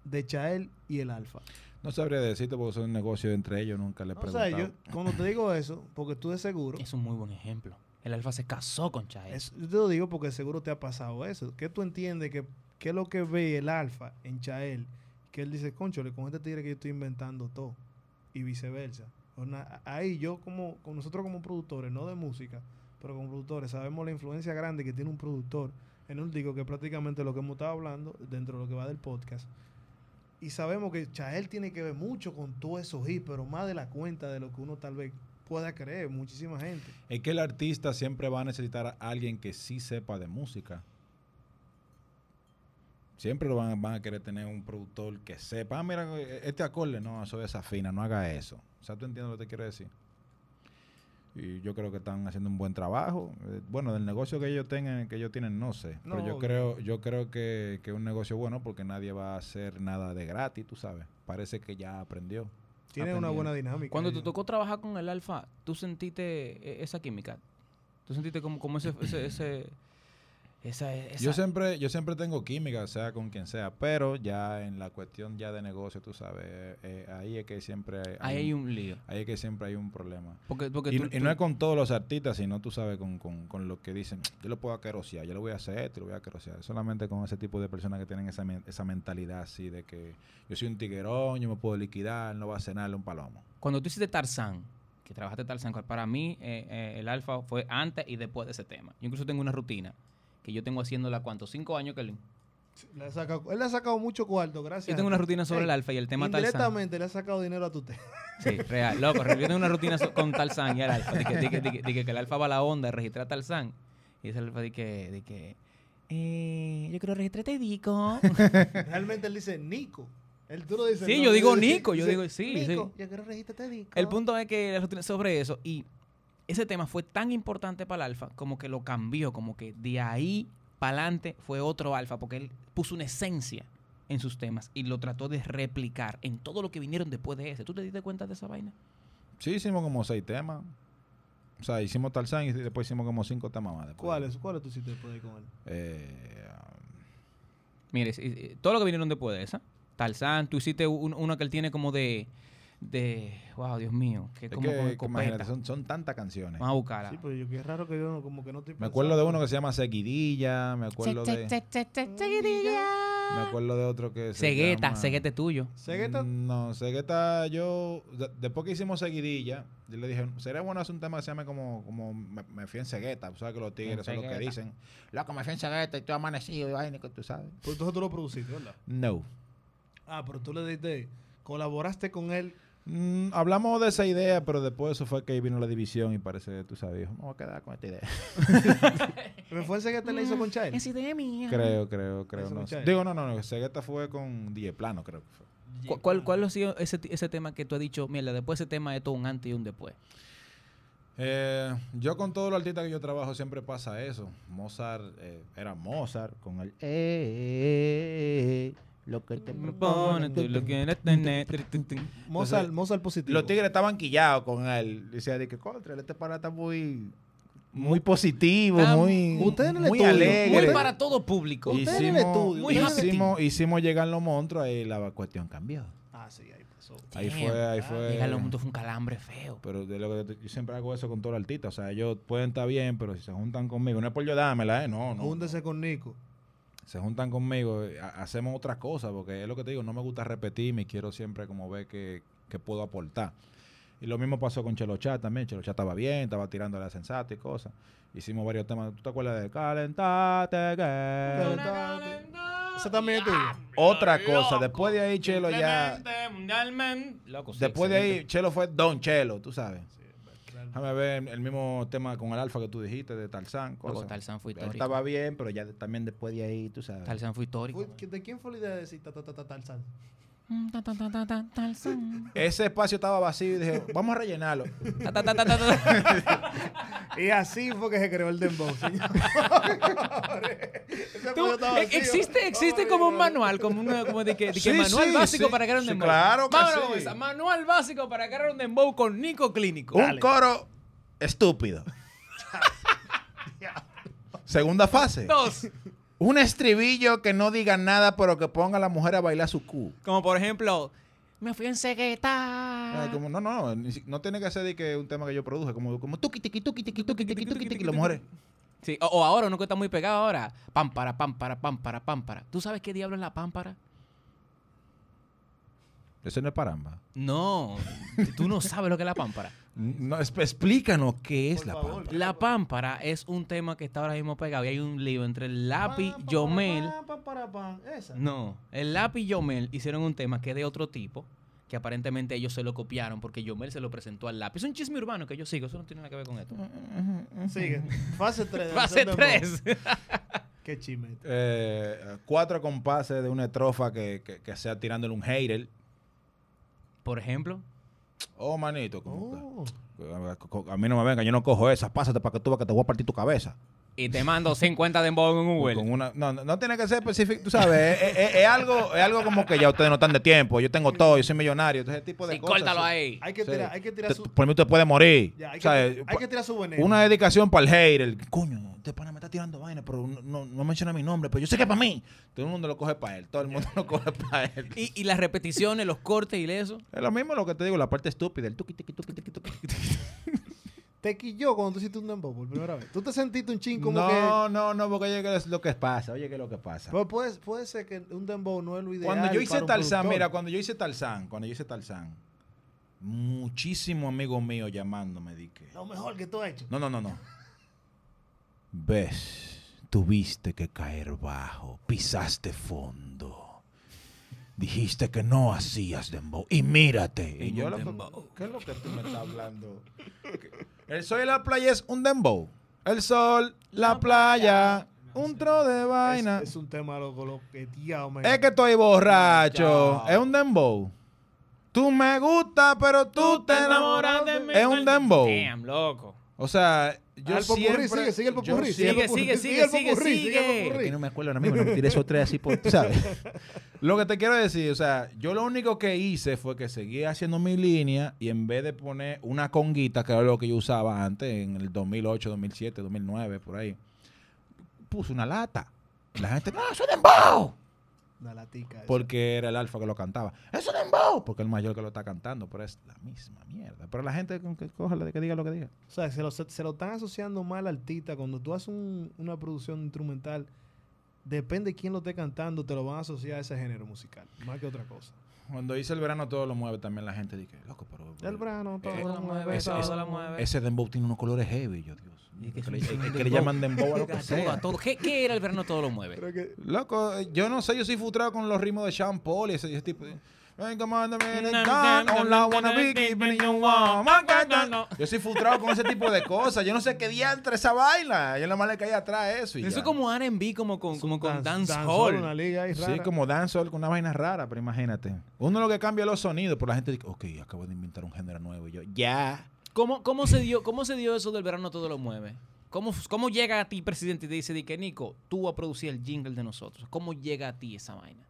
de Chael y el Alfa. No sabría decirte porque eso es un negocio entre ellos, nunca le he O preguntado. sea, yo cuando te digo eso, porque tú de seguro, es un muy buen ejemplo. El Alfa se casó con Chael. es- yo te lo digo porque seguro te ha pasado eso. ¿Qué tú entiendes que, que es lo que ve el Alfa en Chael? Que él dice, conchole, con este tigre que yo estoy inventando todo. Y viceversa. Una- ahí yo como, con nosotros como productores, no de música, pero como productores, sabemos la influencia grande que tiene un productor en un disco, que es prácticamente lo que hemos estado hablando dentro de lo que va del podcast. Y sabemos que Chael tiene que ver mucho con todo eso hits, pero más de la cuenta de lo que uno tal vez pueda creer, muchísima gente. Es que el artista siempre va a necesitar a alguien que sí sepa de música. Siempre lo van, a- van a querer tener un productor que sepa. Ah, mira, eh, este acorde, no, eso desafina, no haga eso. O sea, tú entiendes lo que te quiero decir. Y yo creo que están haciendo un buen trabajo. Eh, Bueno, del negocio que ellos tengan, que ellos tienen, no sé. No, Pero yo obvio. creo, yo creo que, que es un negocio bueno porque nadie va a hacer nada de gratis, tú sabes. Parece que ya aprendió. Tiene una Aprendiendo. buena dinámica. Cuando te ellos. tocó trabajar con el Alfa, ¿tú sentiste eh, esa química? ¿Tú sentiste como, como ese, ese, ese- esa, esa- Yo siempre, yo siempre tengo química, sea con quien sea, pero ya en la cuestión ya de negocio, tú sabes, eh, eh, ahí es que siempre hay, Ahí hay un lío. ahí es que siempre hay un problema. Porque, porque Y, tú- y tú- no es con todos los artistas, sino tú sabes con, con, con lo que dicen, yo lo puedo aquerosear, yo lo voy a hacer esto, lo voy a aquerosear. Solamente con ese tipo de personas que tienen esa, men- esa mentalidad así de que yo soy un tiguerón, yo me puedo liquidar, no va a cenarle un palomo. Cuando tú hiciste Tarzán, que trabajaste Tarzán, cual para mí eh, eh, el alfa fue antes y después de ese tema. Yo incluso tengo una rutina que yo tengo haciéndola cuánto, cinco años que le... Le ha sacado- él le ha sacado mucho cuarto, gracias. Yo tengo una rutina sobre Ey, el alfa y el tema Tarzán. Indirectamente le ha sacado dinero a tu tema. Sí, real, loco. Yo tengo una rutina so- con Tarzán y el alfa. Dije que, que el alfa va a la onda, registra a Tarzán. Y ese alfa dije que... que eh, yo quiero registrar este disco. Realmente él dice Nico. Él tú lo dices. Sí, no, yo digo dice- Nico, yo dice, digo, sí, sí. Nico, yo quiero registrarte Nico. El punto es que la rutina sobre eso y ese tema fue tan importante para el alfa como que lo cambió, como que de ahí para adelante fue otro alfa porque él puso una esencia en sus temas y lo trató de replicar en todo lo que vinieron después de ese. ¿Tú te diste cuenta de esa vaina? Sí, hicimos como seis temas. O sea, hicimos Tarzán y después hicimos como cinco temas más. después. ¿Cuál es? ¿Cuál es tu sitio de poder con él? Eh, um, Mire, es- es- todo lo que vinieron después de esa. Tarzán, tú hiciste un- una que él tiene como de de wow, Dios mío, que es Es como que, con que escopeta. imagínate, son, son tantas canciones. Vamos a buscarla. Sí, pero yo que es raro que yo no, como que no estoy Me acuerdo de uno que se llama Seguidilla, me Check, acuerdo check, de... check, check, check, check it, yeah. Me acuerdo de otro que. se Cegueta, llama- cegueta es tuyo. Segueta. No, Segueta, yo. de- después que hicimos seguidilla, yo le dije, sería bueno hacer un tema que se llame como, como me, me fui en Segueta. Tú sabes que los tigres son los que Cegueta. dicen, loco, me fui en Segueta y estoy amanecido y vaina, que tú sabes. Pero entonces tú lo produciste, ¿verdad? No. Ah, pero tú le diste. Colaboraste con él. Mm, hablamos de esa idea, pero después eso fue que vino la división y parece que tú sabes, dijo, me voy a quedar con esta idea. ¿Me fue el Segueta le Mm, hizo con Chile? idea mía. creo, creo, creo. Eso No. escuché. sé. Digo, no, no, no, Segueta fue con Dieplano, creo que fue. ¿Cu- ¿Cuál, cuál ha sido ese, ti- ese tema que tú has dicho? Mierda, después ese tema es todo un antes y un después. Eh, yo con todos los artistas que yo trabajo siempre pasa eso. Mozart eh, era Mozart con el... lo que te Propone tú lo que eres tener. Tru, tru, tru. Mozart, Mozart positivo. Los tigres estaban quillados con él. Decía de que contra, este para está muy muy positivo, Está muy Ustedes en el muy estudio, alegre. Muy para todo público. Ustedes en el Hicimos, estudio, Muy ustedes en el- hicimos, hicimos llegar los monstruos, ahí la cuestión cambió. Ah, sí, ahí pasó. Ahí Damn. fue, ahí Ah, fue. Llega lo mundo fue un calambre feo. pues. Pero de lo que yo siempre hago eso con todos los artistas. O sea, ellos pueden estar bien, pero si se juntan conmigo, no es por yo dármela, ¿eh? No, no. Júntese con Nico. Se juntan conmigo, eh, ha- hacemos otra cosa, porque es lo que te digo, no me gusta repetirme, quiero siempre como ver que, que puedo aportar. Y lo mismo pasó con Chelochá también. Chelochá estaba bien, estaba tirando la sensata y cosas. Hicimos varios temas. ¿Tú te acuerdas de Calentate? que- Esa también es tuya. Otra cosa. Después de ahí, Chelo ya. Simplemente, mundialmente. Loco, sí, Después de ahí, excelente. Chelo fue Don Chelo, tú sabes. Déjame ver el mismo tema con el alfa que tú dijiste de Tarzán. Loco, cosas. Tarzán fue Él histórico. Estaba bien, pero ya de- también después de ahí, tú sabes. Tarzán fue histórico. Fue- ¿De quién fue la idea de decir ta, ta, ta, ta, Tarzán? Mm, ta, ta, ta, ta, ta, Tarzán. Ese espacio estaba vacío y dije, vamos a rellenarlo. Ta, ta, ta, ta, ta, ta. Y así fue que se creó el dembow, señor. Ese Tú, pollo estaba e- vacío. existe existe Ay, como un no. manual, como, una, como de que, de que Sí, manual sí, básico sí. para crear un Sí, dembow. claro que Vámonos sí. con esa. Manual básico para crear un dembow con Nico Clínico. Un coro estúpido. Segunda fase. Dos. Un estribillo que no diga nada, pero que ponga a la mujer a bailar su cu. Como por ejemplo, me fui en cegueta. Eh, como, no, no, ni si- no tiene que ser de que un tema que yo produje, como, como tuqui, tiqui, tuqui, tiqui, tuqui, tiqui, tuqui, tiqui, las mujeres. Sí, o, o ahora, uno que está muy pegado ahora. Pámpara, pámpara, pámpara, pámpara. ¿Tú sabes qué diablo es la pámpara? Eso no es paramba. No, tú no sabes lo que es la pámpara. No, esp- explícanos qué es Por la favor. paramba. La pámpara es un tema que está ahora mismo pegado y hay un lío entre el lápiz Yomel. Pam, pam, para, pam. Esa. No, el lápiz y Yomel hicieron un tema que es de otro tipo, que aparentemente ellos se lo copiaron porque Yomel se lo presentó al lápiz. Es un chisme urbano que yo sigo, eso no tiene nada que ver con esto. Sigue. Fase 3. Fase 3. Qué chisme. Eh, cuatro compases de una estrofa que, que, que sea tirándole un hater. Por ejemplo, Oh, manito, como que- Oh. A- a- A mí no me venga, yo no cojo esas. Pásate para que tú veas que te voy a partir tu cabeza. y te mando 50 de en Google. Con una, no, no, no tiene que ser específico, tú sabes. Es, es- es algo, es algo como que ya ustedes no están de tiempo. Yo tengo todo, yo soy millonario. Ese tipo de Sí, cosas. córtalo ahí. Hay que Sí. tirar, hay que tirar Te- su. por mí usted puede morir. Ya, hay, O sea, que, eh, hay que tirar su veneno. una dedicación para el hater. Coño, este pana me está tirando vaina, pero no, no, no menciona mi nombre. Pero yo sé que es para mí. Todo el mundo lo coge para él. Todo el mundo lo coge para él. Y, y las repeticiones, los cortes y eso. Es lo mismo lo que te digo, la parte estúpida. El tuqui, tuqui, tuqui, tuqui, tuqui, tuqui. Te quilló cuando tú hiciste un dembow por primera vez. Tú te sentiste un chin como que. No, no, no, porque oye, que es lo que pasa. Oye, que es lo que pasa. Pues puede, puede ser que un dembow no es lo ideal. Cuando yo hice para un Tarzán, productor. mira, cuando yo hice Tarzán, cuando yo hice Tarzán, muchísimo amigo mío llamándome, di que. Lo mejor que tú has hecho. No, no, no, no. Ves, tuviste que caer bajo, pisaste fondo. Dijiste que no hacías dembow. Y mírate. Y Un yo, loco, dembow. ¿Qué es lo que tú me estás hablando? El sol y la playa es un dembow. El sol, la playa, un tro de vaina. Es, es un tema loco, lo que tío, man. Es que estoy borracho. Chao. Es un dembow. Tú me gustas, pero tú, te enamoras de mí. Es un dembow. Damn, loco. O sea, yo Al popurrí, sigue, siempre... sigue Ah, el yo popurrí. siempre- sigue, el sigue, popurrí, sigue, el popurrí, sigue, el sigue. Es popurrí. que no me acuerdo ahora mismo, no me tiré esos tres así por... tú ¿Sabes? Lo que te quiero decir, o sea, yo lo único que hice fue que seguí haciendo mi línea y en vez de poner una conguita, que era lo que yo usaba antes, en el 2008, 2007, 2009, por ahí, puse una lata. La gente, no, eso es dembow. Una latica. esa. Porque era el alfa que lo cantaba. ¡Eso es dembow! Porque el mayor que lo está cantando, pero es la misma mierda. Pero la gente con que coja lo de que diga lo que diga. O sea, se lo, se lo están asociando mal al artista. Cuando tú haces un- una producción instrumental, depende de quién lo esté cantando, te lo van a asociar a ese género musical, más que otra cosa. Cuando hice el verano todo lo mueve, también la gente dice, loco, pero... El verano, todo Eh, lo mueve, ese- todo ese- lo mueve. Ese dembow tiene unos colores heavy, yo Dios. Y mío, que que es le- un- eh, un que le dembow. llaman dembow a lo A que todo, a sea. todo. ¿Qué, qué era el verano todo lo mueve? Pero que- Loco, eh, yo no sé, yo soy frustrado con los ritmos de Sean Paul y ese, ese tipo. de- Venga, mándame el can, all I wanna be, keeping you warm, my God, no, no. Yo soy frustrado con ese tipo de cosas. Yo no sé qué diantre esa vaina. Yo nada más le caí atrás eso. Y Eso ya. es como R&B, como con, como con dance, hall, hall. una liga ahí Sí, rara. como dancehall con una vaina rara, pero imagínate. Uno lo que cambia los sonidos, pero la gente dice, ok, acabo de inventar un género nuevo. Y yo, ya. ¿Cómo, cómo, se dio, ¿Cómo se dio eso del verano todo lo mueve? ¿Cómo, ¿Cómo llega a ti, presidente, y te dice, di que Nico, tú vas a producir el jingle de nosotros? ¿Cómo llega a ti esa vaina?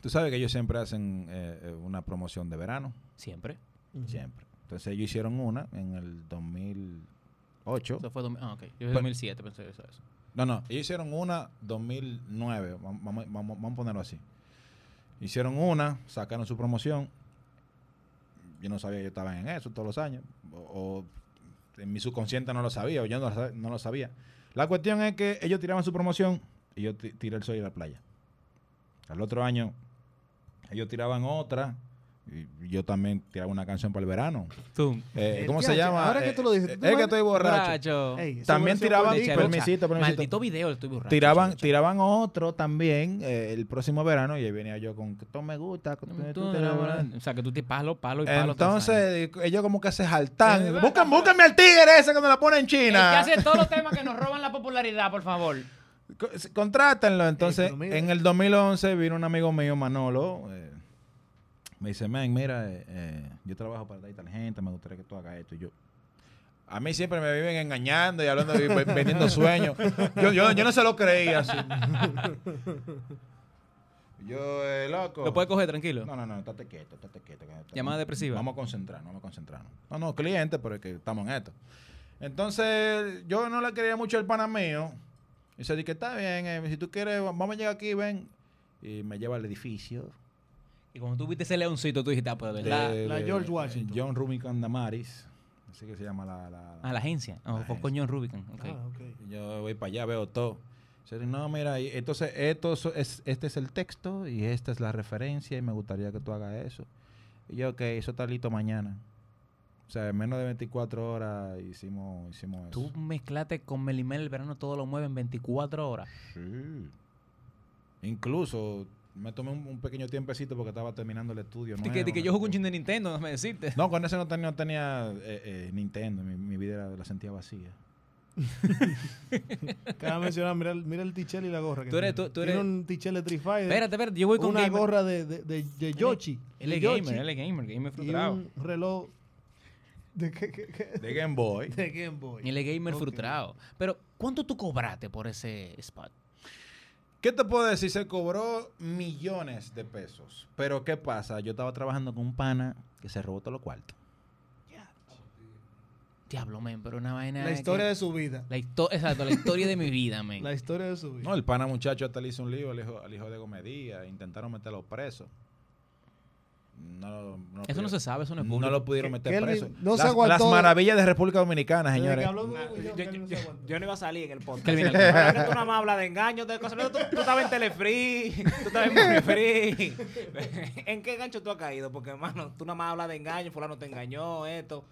Tú sabes que ellos siempre hacen eh, eh, una promoción de verano. Siempre. Ujú. Siempre. Entonces ellos hicieron una en el 2008. Eso fue 2000 ah, ok. Yo fui Pero- 2007, pensé que eso eso. No, no, ellos hicieron una 2009, vam- vamos, vamos, vamos a ponerlo así. Hicieron una, sacaron su promoción. Yo no sabía que yo estaba en eso todos los años. O, o en mi subconsciente no lo sabía, o yo no, lo sa- no lo sabía. La cuestión es que ellos tiraban su promoción y yo ti- tiré el sol y la playa. Al otro año, ellos tiraban otra y yo también tiraba una canción para el verano. Tú. Eh, El ¿Cómo se diache, llama? ahora que Eh, tú lo dices, eh, tú es eres que estoy borracho. Ey, esa También versión tiraban- fue Leche, linda. permiso. permisito, permisito. Maldito video, estoy borracho. tiraban, chelocha. tiraban otro también eh, el próximo verano y ahí venía yo con que todo me gusta. que tú- tú Tú te eres enamoras". borracho. O sea, que tú te palo, palo y palo. tres años. Entonces ellos como que se jaltan. Eh, Buscan, búsquenme al tigre ese cuando la pone en El que China. hace todos los temas que nos roban la popularidad, por favor. Co- Contrátenlo. Entonces pero mira. en el 2011 vino un amigo mío, Manolo. eh, me dice, man, mira, eh, eh, yo trabajo para tal y tal gente, me gustaría que tú hagas esto. Y yo, a mí siempre me viven engañando y hablando, y ve- vendiendo sueños. Yo, yo, yo no se lo creía así. Yo, eh, loco. Lo puedes coger tranquilo. No, no, no, estate quieto, estate quieto. que estamos- Llamada depresiva. Vamos a concentrarnos, vamos a concentrarnos. No, no, cliente, pero es que estamos en esto. Entonces, yo no le quería mucho el pana mío. Y se dije, está bien, eh, si tú quieres, va- vamos a llegar aquí, ven. Y me lleva al edificio. Y cuando tú viste ese leoncito, tú dijiste, ah, pues de verdad. de- la de- George eh, Washington. John Rubicon Damaris. Así que se llama la... la- A la agencia. La Oh, agencia. fue coño en Rubicon. ok. Ah, ok. Y Yo voy para allá, veo todo. Dice, No, mira, y entonces esto so- es, este es el texto y esta es la referencia y me gustaría que tú hagas eso. Y yo, ok, eso está listo mañana. O sea, en menos de 24 horas hicimos, hicimos Tú eso. mezclaste con Melimel el verano, todo lo mueve en 24 horas. Sí. Incluso me tomé un, un pequeño tiempecito porque estaba terminando el estudio. Di que, nuevo, di que no yo sé jugué un qué. chin de Nintendo, déjame decirte. No, eh, con eso no tenía, no tenía eh, eh, Nintendo. Mi, mi vida era- la sentía vacía. Cabe mencionar, mira, el- mira el tichel y la gorra. que Tú eres- tiene. tú- tú eres- Tiene un tichel de Street Fighter, Espérate, espérate, yo voy con una gamer. gorra de, de, de, de Yoshi. Él de es Yoshi, gamer, él es gamer, gamer Y frustrado. un reloj de, qué- qué- qué- De Game Boy. de Game Boy. Él es gamer Ok. frustrado. Pero, ¿cuánto tú cobraste por ese spot? ¿Qué te puedo decir? Se cobró millones de pesos. Pero ¿qué pasa? Yo estaba trabajando con un pana que se robó todos los cuartos. Diablo, men, pero una vaina. La historia de su vida. La histo- Exacto, la historia de mi vida, men. La historia de su vida. No, el pana muchacho hasta le hizo un lío al hijo, al hijo de Gomedía. Intentaron meterlo preso. No, lo- lo Eso no pudieron- se sabe, eso no es público. No lo pudieron Que- meter que él preso. no se las, aguantó. las maravillas de República Dominicana, Desde que señores. habló con Nah, Guillón, yo, que él no se yo- aguantó. yo no iba a salir en el podcast. Kelvin Ahora Alcántara. que tú nada más hablas de enganchos, de cosas. Tú, tú estabas en Telefree, tú estabas en Telefree. ¿En qué gancho tú has caído? Porque, hermano, tú nada más hablas de engaños, fulano te engañó, esto.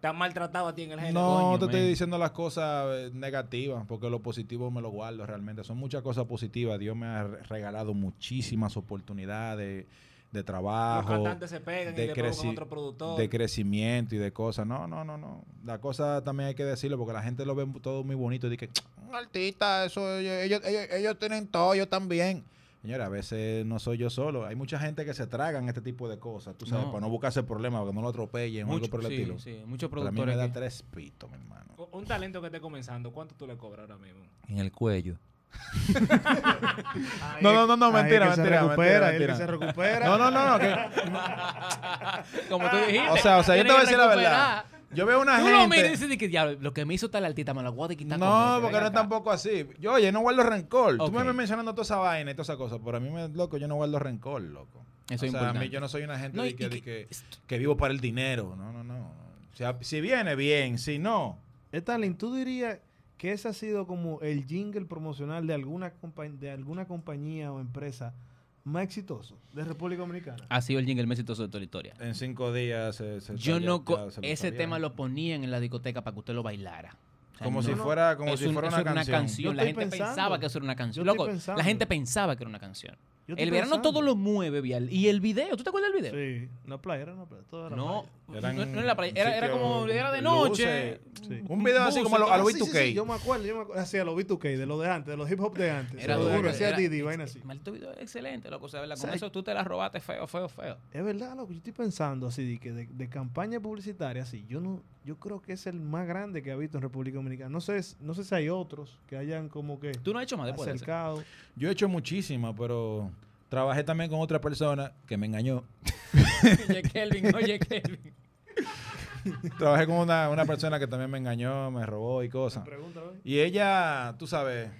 Te han maltratado a ti en el género. No, coño, te estoy men. diciendo las cosas eh, negativas, porque lo positivo me lo guardo realmente. Son muchas cosas positivas. Dios me ha re- regalado muchísimas oportunidades de Los trabajo. cantantes se pegan y de después creci- buscan otro productor. de crecimiento y de cosas. No, no, no, no. La cosa también hay que decirlo porque la gente lo ve todo muy bonito y dice, un artista, eso, ellos, ellos, ellos- ellos tienen todo, yo también. Señora, a veces no soy yo solo. Hay mucha gente que se tragan este tipo de cosas, tú sabes, No. para no buscarse problemas, para que no lo atropellen o algo por el sí, estilo. sí, muchos Pero a mí me productores. da que- tres pitos, mi hermano. Un- Un talento que esté comenzando, ¿cuánto tú le cobras ahora mismo? En el cuello. No, no, no, no, Ahí mentira, que se mentira, recupera, mentira, él que mentira. se recupera. No, no, no, no. que- Como tú dijiste. o sea, o sea, yo tienes te voy a que decir la verdad. recuperar. Yo veo una Tú gente... lo miras y dices, di que, diablo, lo que me hizo tal altita me la voy a quitar con No, este, porque ven no es acá". tampoco así. Yo, oye, no guardo rencor. Tú me Ok. ves mencionando toda esa vaina y toda esa cosa, pero a mí, me, loco, yo no guardo rencor, loco. Eso o es sea, a importante. mí yo no soy una gente No, de y- que, y de que- que, que vivo para el dinero. No, no, no. O sea, si viene, bien. Si no, Stalin, ¿tú dirías que ese ha sido como el jingle promocional de alguna, compa- de alguna compañía o empresa más exitoso de República Dominicana. Ha sido el jingle más exitoso de toda la historia. En cinco días se, se Yo ya- no... co- ya se lo ese sabían. tema lo ponían en la discoteca para que usted lo bailara. O sea, Como no- si no. fuera, como eso si un- fuera eso una era Yo canción. La estoy gente pensaba pensando. que eso era una canción. Yo estoy Loco, pensando. la gente pensaba que era una canción. Yo estoy El verano pensando. todo lo mueve, Vial. Y el video, ¿tú te acuerdas del video? Sí, no playa, era una playa, todo era No, playa. no, Eran no era la playa, era, era sitios como, era de con noche. luces. Sí. Un video así como a lo, a lo Mm. Ah, sí, sí, B2K. sí, yo me acuerdo, yo me acuerdo. Hacía los B2K, de los de antes, de los hip hop de antes. Era seguro, duro, hacía era- Didi, vaina así. Maldito video excelente, loco. O sea, ¿verdad? con ¿Sabes? eso tú te la robaste feo, feo, feo. Es verdad, lo que yo estoy pensando así, de que de, de campaña publicitaria, así, yo no, yo creo que es el más grande que ha visto en República Dominicana. No sé, no sé si hay otros que hayan como que Tú no has hecho más después de eso. Ah. acercado. Yo he hecho muchísimas, pero trabajé también con otra persona que me engañó. Oye, Kelvin, oye, Kelvin. trabajé con una, una persona que también me engañó, me robó y cosas. Pregúntalo. Y ella, tú sabes,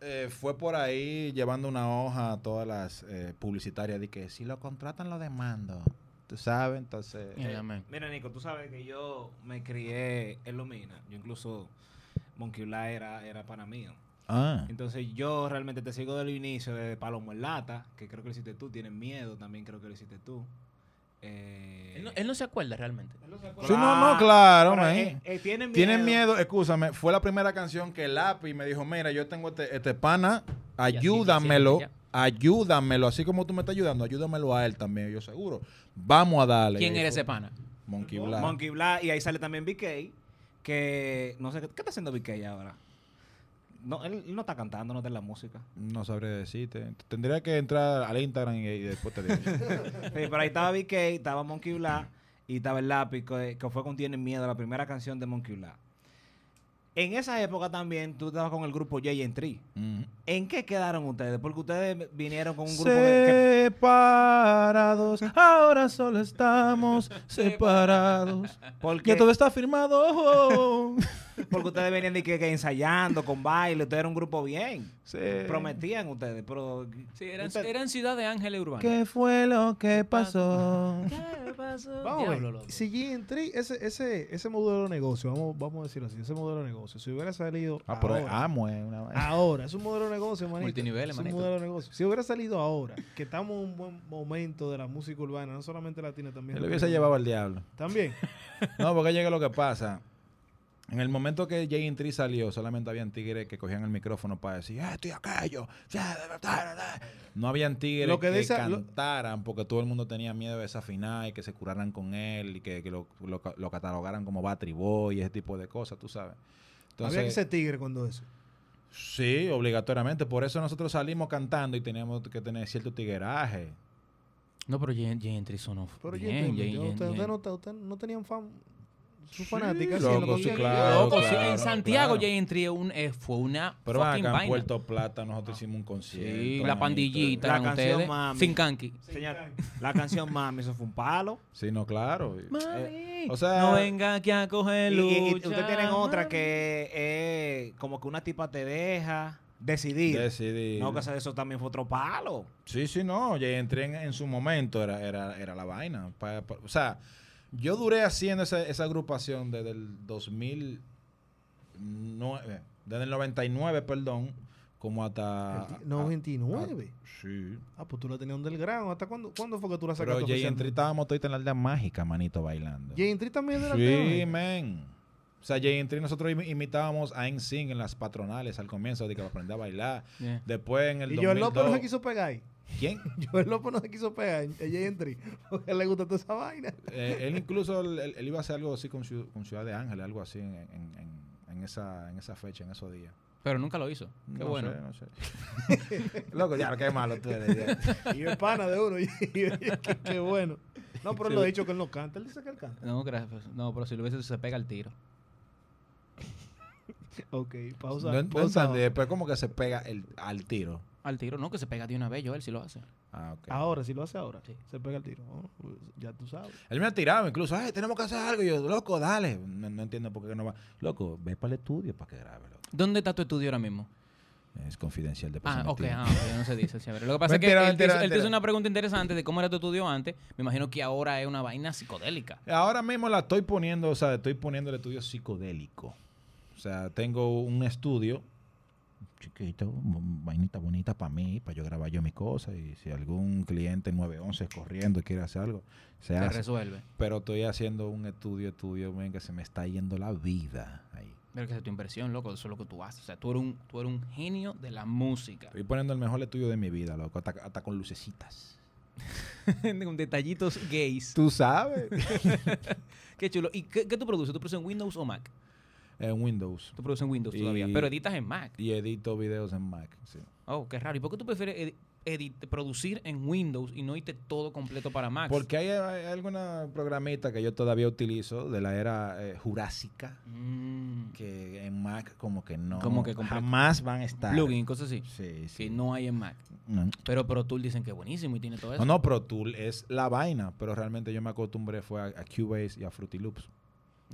eh, fue por ahí llevando una hoja a todas las eh, publicitarias de que si lo contratan lo demando. Tú sabes, entonces... Mira, man. Eh, Mira, Nico, tú sabes que yo me crié en Lumina. Yo incluso Monkey Ula era, era para mí. Ah. Entonces yo realmente te sigo del inicio de Palomo en Lata, que creo que lo hiciste tú. Tienes miedo, también creo que lo hiciste tú. Eh, Él no, él no se acuerda realmente. Sí, no, no, claro, Pero, man. eh, eh, tienen miedo. Tienen miedo, escúchame, fue la primera canción que el API me dijo, mira, yo tengo este, este pana, así, ayúdamelo, así, ayúdamelo, así como tú me estás ayudando, ayúdamelo a él también, yo seguro. Vamos a darle. ¿Quién Y era fue ese pana? Monkey Black. Monkey Black. Y ahí sale también BK. Que no sé, ¿qué qué está haciendo BK ahora? No, él, él no está cantando, no está en la música. No sabré decirte. Tendría que entrar al Instagram y, y después te digo. Sí, pero ahí estaba BK, estaba Monkey Black y estaba el lápiz, que, que fue con Tienen Miedo, la primera canción de Monkey Black. En esa época también tú estabas con el grupo JN3. Mm. ¿En qué quedaron ustedes? Porque ustedes vinieron con un grupo que- Separados, ahora solo estamos separados. porque, Ya todo está firmado. porque ustedes venían de que, que ensayando con baile, ustedes eran un grupo bien. Sí. Prometían ustedes, pero Sí, eran, Usted- eran Ciudad de Ángeles Urbana. ¿Qué fue lo que pasó? ¿Qué pasó? Vamos a Diablo, ver. loco. Si GN3, ese, ese, ese modelo de negocio, vamos, vamos a decirlo así, ese modelo de negocio, si hubiera salido Ah, pero ahora, amo, eh, una vaina. ahora, es un modelo de negocio, manito. Multiniveles, es un manito. modelo de negocio. Si hubiera salido ahora, que estamos en un buen momento de la música urbana, no solamente latina, también. Él lo hubiese llevado al diablo. También. No, porque llega lo que pasa. En el momento que Jay Tree salió, solamente habían tigres que cogían el micrófono para decir, "Ah, esto y aquello. ya, da, da, da, da". No habían tigres Lo que que, dice- lo- cantaran porque todo el mundo tenía miedo de desafinar y que se curaran con él y que, que lo, lo ca- lo catalogaran como Battery Boy y ese tipo de cosas, tú sabes. Había que ser tigre cuando eso. Sí, obligatoriamente. Por eso nosotros salimos cantando y teníamos que tener cierto tigueraje. No, pero Gentry sonó. Pero yo bien, entiendo, Jay- yo- Jay- ustedes Jay- no, ustedes no tenían fan, sus Sí, fanáticas. loco, haciendo sí, conciertos. claro, Loco, sí, claro, en Santiago claro. Jay Entry es un- eh, fue una Pero fucking acá en vaina. Ah. Puerto Plata nosotros hicimos un concierto. Sí, la manito. pandillita, La eran canción ustedes. Mami. Sin canqui. Señor, la canción Mami, eso fue un palo. Sí, no, claro. Mami, o sea- no venga aquí a coger Y, lucha. y- y ustedes tienen otra mami. que eh, como que una tipa te deja decidir. Decidí. No, que eso- eso también fue otro palo. Sí, sí, no. Ya entré en, en su momento, era, era, era la vaina. Pa- pa- o sea, yo duré haciendo esa, esa agrupación desde el 2009, desde el 99, perdón, como hasta... El ti- 99. a- sí. Ah, pues tú la tenías underground. ¿Hasta cuándo, cuándo fue que tú la Pero sacaste? ya oficialmente? entré, estábamos todos en la aldea mágica, manito, bailando. Jay Entry también era Sí, tema. men. O sea, Jay Entry nosotros im- imitábamos a NSYNC en las patronales al comienzo, de que aprendí a bailar. Yeah. Después en el Y Joel López no se 2002... quiso pegar ahí. ¿Quién? Joel López no se quiso pegar en Jay Entry. Porque le gusta toda esa vaina. Eh, él incluso él, él- él iba a hacer algo así con, Ciu- con Ciudad de Ángel, algo así en, en- en- en esa, en esa fecha, en esos días. Pero nunca lo hizo. Qué No bueno. sé, no sé. Loco, ya, qué malo tú eres. ya. Y es pana de uno. Y- y- y- qué, qué bueno. No, pero él lo ha dicho que él no canta. Él dice que él canta. No, gracias. pues, No, pero si lo hubiese se pega el tiro. Ok, pausa. No ent- no pausa. entendí, pero como que se pega el- al tiro. Al tiro, no, que se pega de una vez, Joel, si lo hace. Ah, ok. Ahora, si lo hace ahora, Sí. se pega el tiro. Oh, pues, ya tú sabes. Él me ha tirado incluso, ay, tenemos que hacer algo. Y yo, loco, dale. No, no entiendo por qué no va. Loco, ve para el estudio para que grabe, loco. ¿Dónde está tu estudio ahora mismo? Es confidencial de Ah, ok, mentira. ah, ok, no se dice siempre. Lo que pasa Mentira, es que él te mentira, hizo- él, te hizo mentira. una pregunta interesante de cómo era tu estudio antes. Me imagino que ahora es una vaina psicodélica. Ahora mismo la estoy poniendo, o sea, estoy poniendo el estudio psicodélico. O O sea, tengo un estudio chiquito, un- vainita bonita para mí, para yo grabar yo mis cosas. Y si algún cliente 911 corriendo y quiere hacer algo, se Se hace. resuelve. Pero estoy haciendo un estudio, estudio, men, que se me está yendo la vida ahí. Mira que esa es tu inversión, loco. Eso es lo que tú haces. O sea, tú eres un, tú eres un genio de la música. Estoy poniendo el mejor estudio de mi vida, loco, hasta, hasta con lucecitas. Con detallitos gays. Tú sabes. Qué chulo. ¿Y qué, qué tú produces? ¿Tú produces en Windows o Mac? en Windows. Tú produces en Windows Y- todavía, pero editas en Mac. Y edito videos en Mac. sí. Oh, qué raro. ¿Y por qué tú prefieres edi- edit- producir en Windows y no irte todo completo para Mac? Porque hay, hay alguna programita que yo todavía utilizo de la era eh, jurásica. Mm. que en Mac como que no. Como que completo. jamás van a estar. plugin, cosas así. Sí, sí. Que no hay en Mac. no. Pero Pro Tools dicen que es buenísimo y tiene todo eso. No, no, Pro Tool es la vaina, pero realmente yo me acostumbré fue a, a Cubase y a Fruity Loops.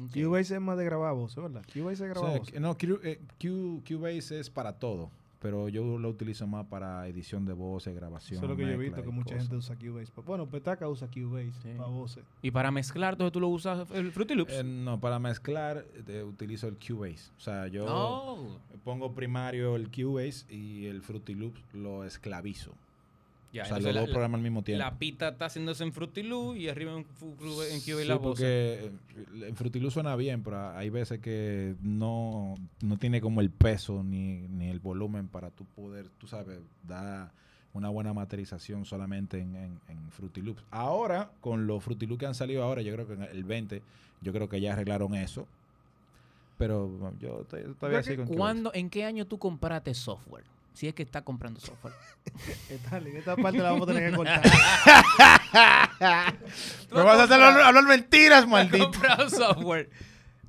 Ok. Cubase es más de grabar voces, ¿verdad? Cubase es O grabar sea, voces. no, Q- eh, Q- Cubase es para todo, pero yo lo utilizo más para edición de voces, grabación. Eso es lo que yo he mezcla visto, y que mucha cosas. gente usa Cubase. Pa- Bueno, Petaca usa Cubase Sí. para voces. Y para mezclar, entonces tú lo usas el Fruity Loops. Eh, no, para mezclar eh, utilizo el Cubase. O sea, yo oh, pongo primario el Cubase y el Fruity Loops lo esclavizo. ya. o sea, entonces los la- dos la- programas al mismo tiempo. La pita está haciéndose en Fruity Loops y arriba en, Fu- Fu- en Cubase Sí, la voz. porque eh, en Fruity Loops suena bien, pero hay veces que no, no tiene como el peso ni, ni el volumen para tú poder, tú sabes, dar una buena materialización solamente en, en, en Fruity Loops. Ahora, con los Fruity Loops que han salido ahora, yo creo que en el 20, yo creo que ya arreglaron eso. Pero bueno, yo t- todavía sigo en Cubase. ¿Cuándo, ¿En qué año tú compraste software? Si es que estás comprando software. Stanley, esta parte la vamos a tener que cortar. ¿Tú has comprado- hablar mentiras, has comprado software.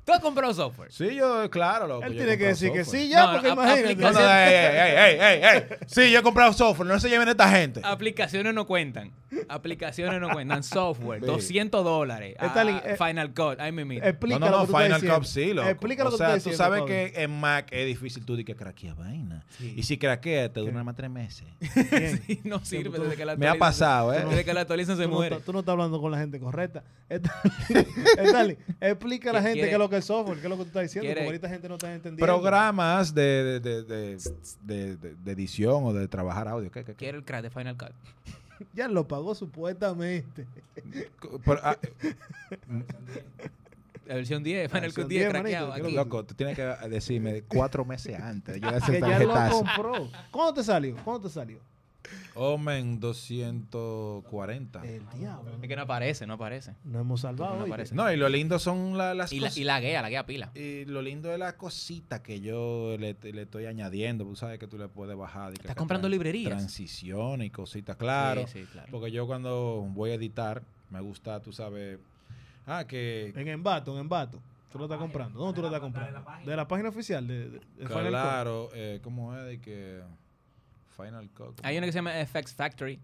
Tú has comprado software. Sí, yo, claro, loco. Él yo tiene que compro decir que software. sí ya, No, porque a- imagínate. aplica- No, no, ey, ey, ey, ey, ey, ey. Sí, yo he comprado software, no se lleven esta gente. Ah, Aplicaciones no cuentan. Aplicaciones no cuentan. Software, Sí. 200 dólares. Ah, Stanley, eh, Final Cut, ahí me mira. Explica no, no, lo no, que tú estás Final diciendo. Cup sí, loco. Explica lo o que sea, tú, estás tú diciendo, sabes Pablo. que en Mac es difícil tú di que craquea vaina. Sí. Y si craquea, te Sí. dura nada más tres meses. Bien. Y no sirve tú- desde que la Me ha actualizan- pasado, ¿eh? Desde que la actualizan se tú, no muere. estás- tú no estás hablando con la gente correcta. Stanley, Stanley, explica a la ¿Qué gente qué es quiere? lo que es software, qué es lo que tú estás diciendo, ¿Quiere? porque ahorita la gente no está entendiendo. Programas de, de, de, de, de- de- de edición o de trabajar audio. ¿Qué, qué, qué? Quiero el crack de Final Cut. Ya lo pagó supuestamente. Pero, ah, La versión 10, Final versión Cut 10 10, manito, craqueado. creo aquí. loco, tú tienes que decirme cuatro meses antes. de Yo Que hacer el ya lo tarjetazo. compró. ¿Cuándo te salió? ¿Cuándo te salió? Omen 240. El diablo. Es que no aparece, no aparece. No hemos No salvado. ¿oíste? aparece. No, y lo lindo son la- las este, y, la, cosas. y la guía, la guía pila. Y lo lindo es la cosita que yo le, le estoy añadiendo. pues, Tú sabes que tú le puedes bajar. Estás comprando librerías. Transición y cositas, claro. Sí, sí, claro. Porque yo cuando voy a editar, me gusta, tú sabes. Ah, que. En Embato, en Embato. Tú lo Ah, estás comprando. ¿Dónde tú lo estás comprando? De la página oficial de, de- de Final Cut. claro, eh, ¿cómo es? De que. Final Cut. ¿cómo Hay una que es? se llama FX Factory,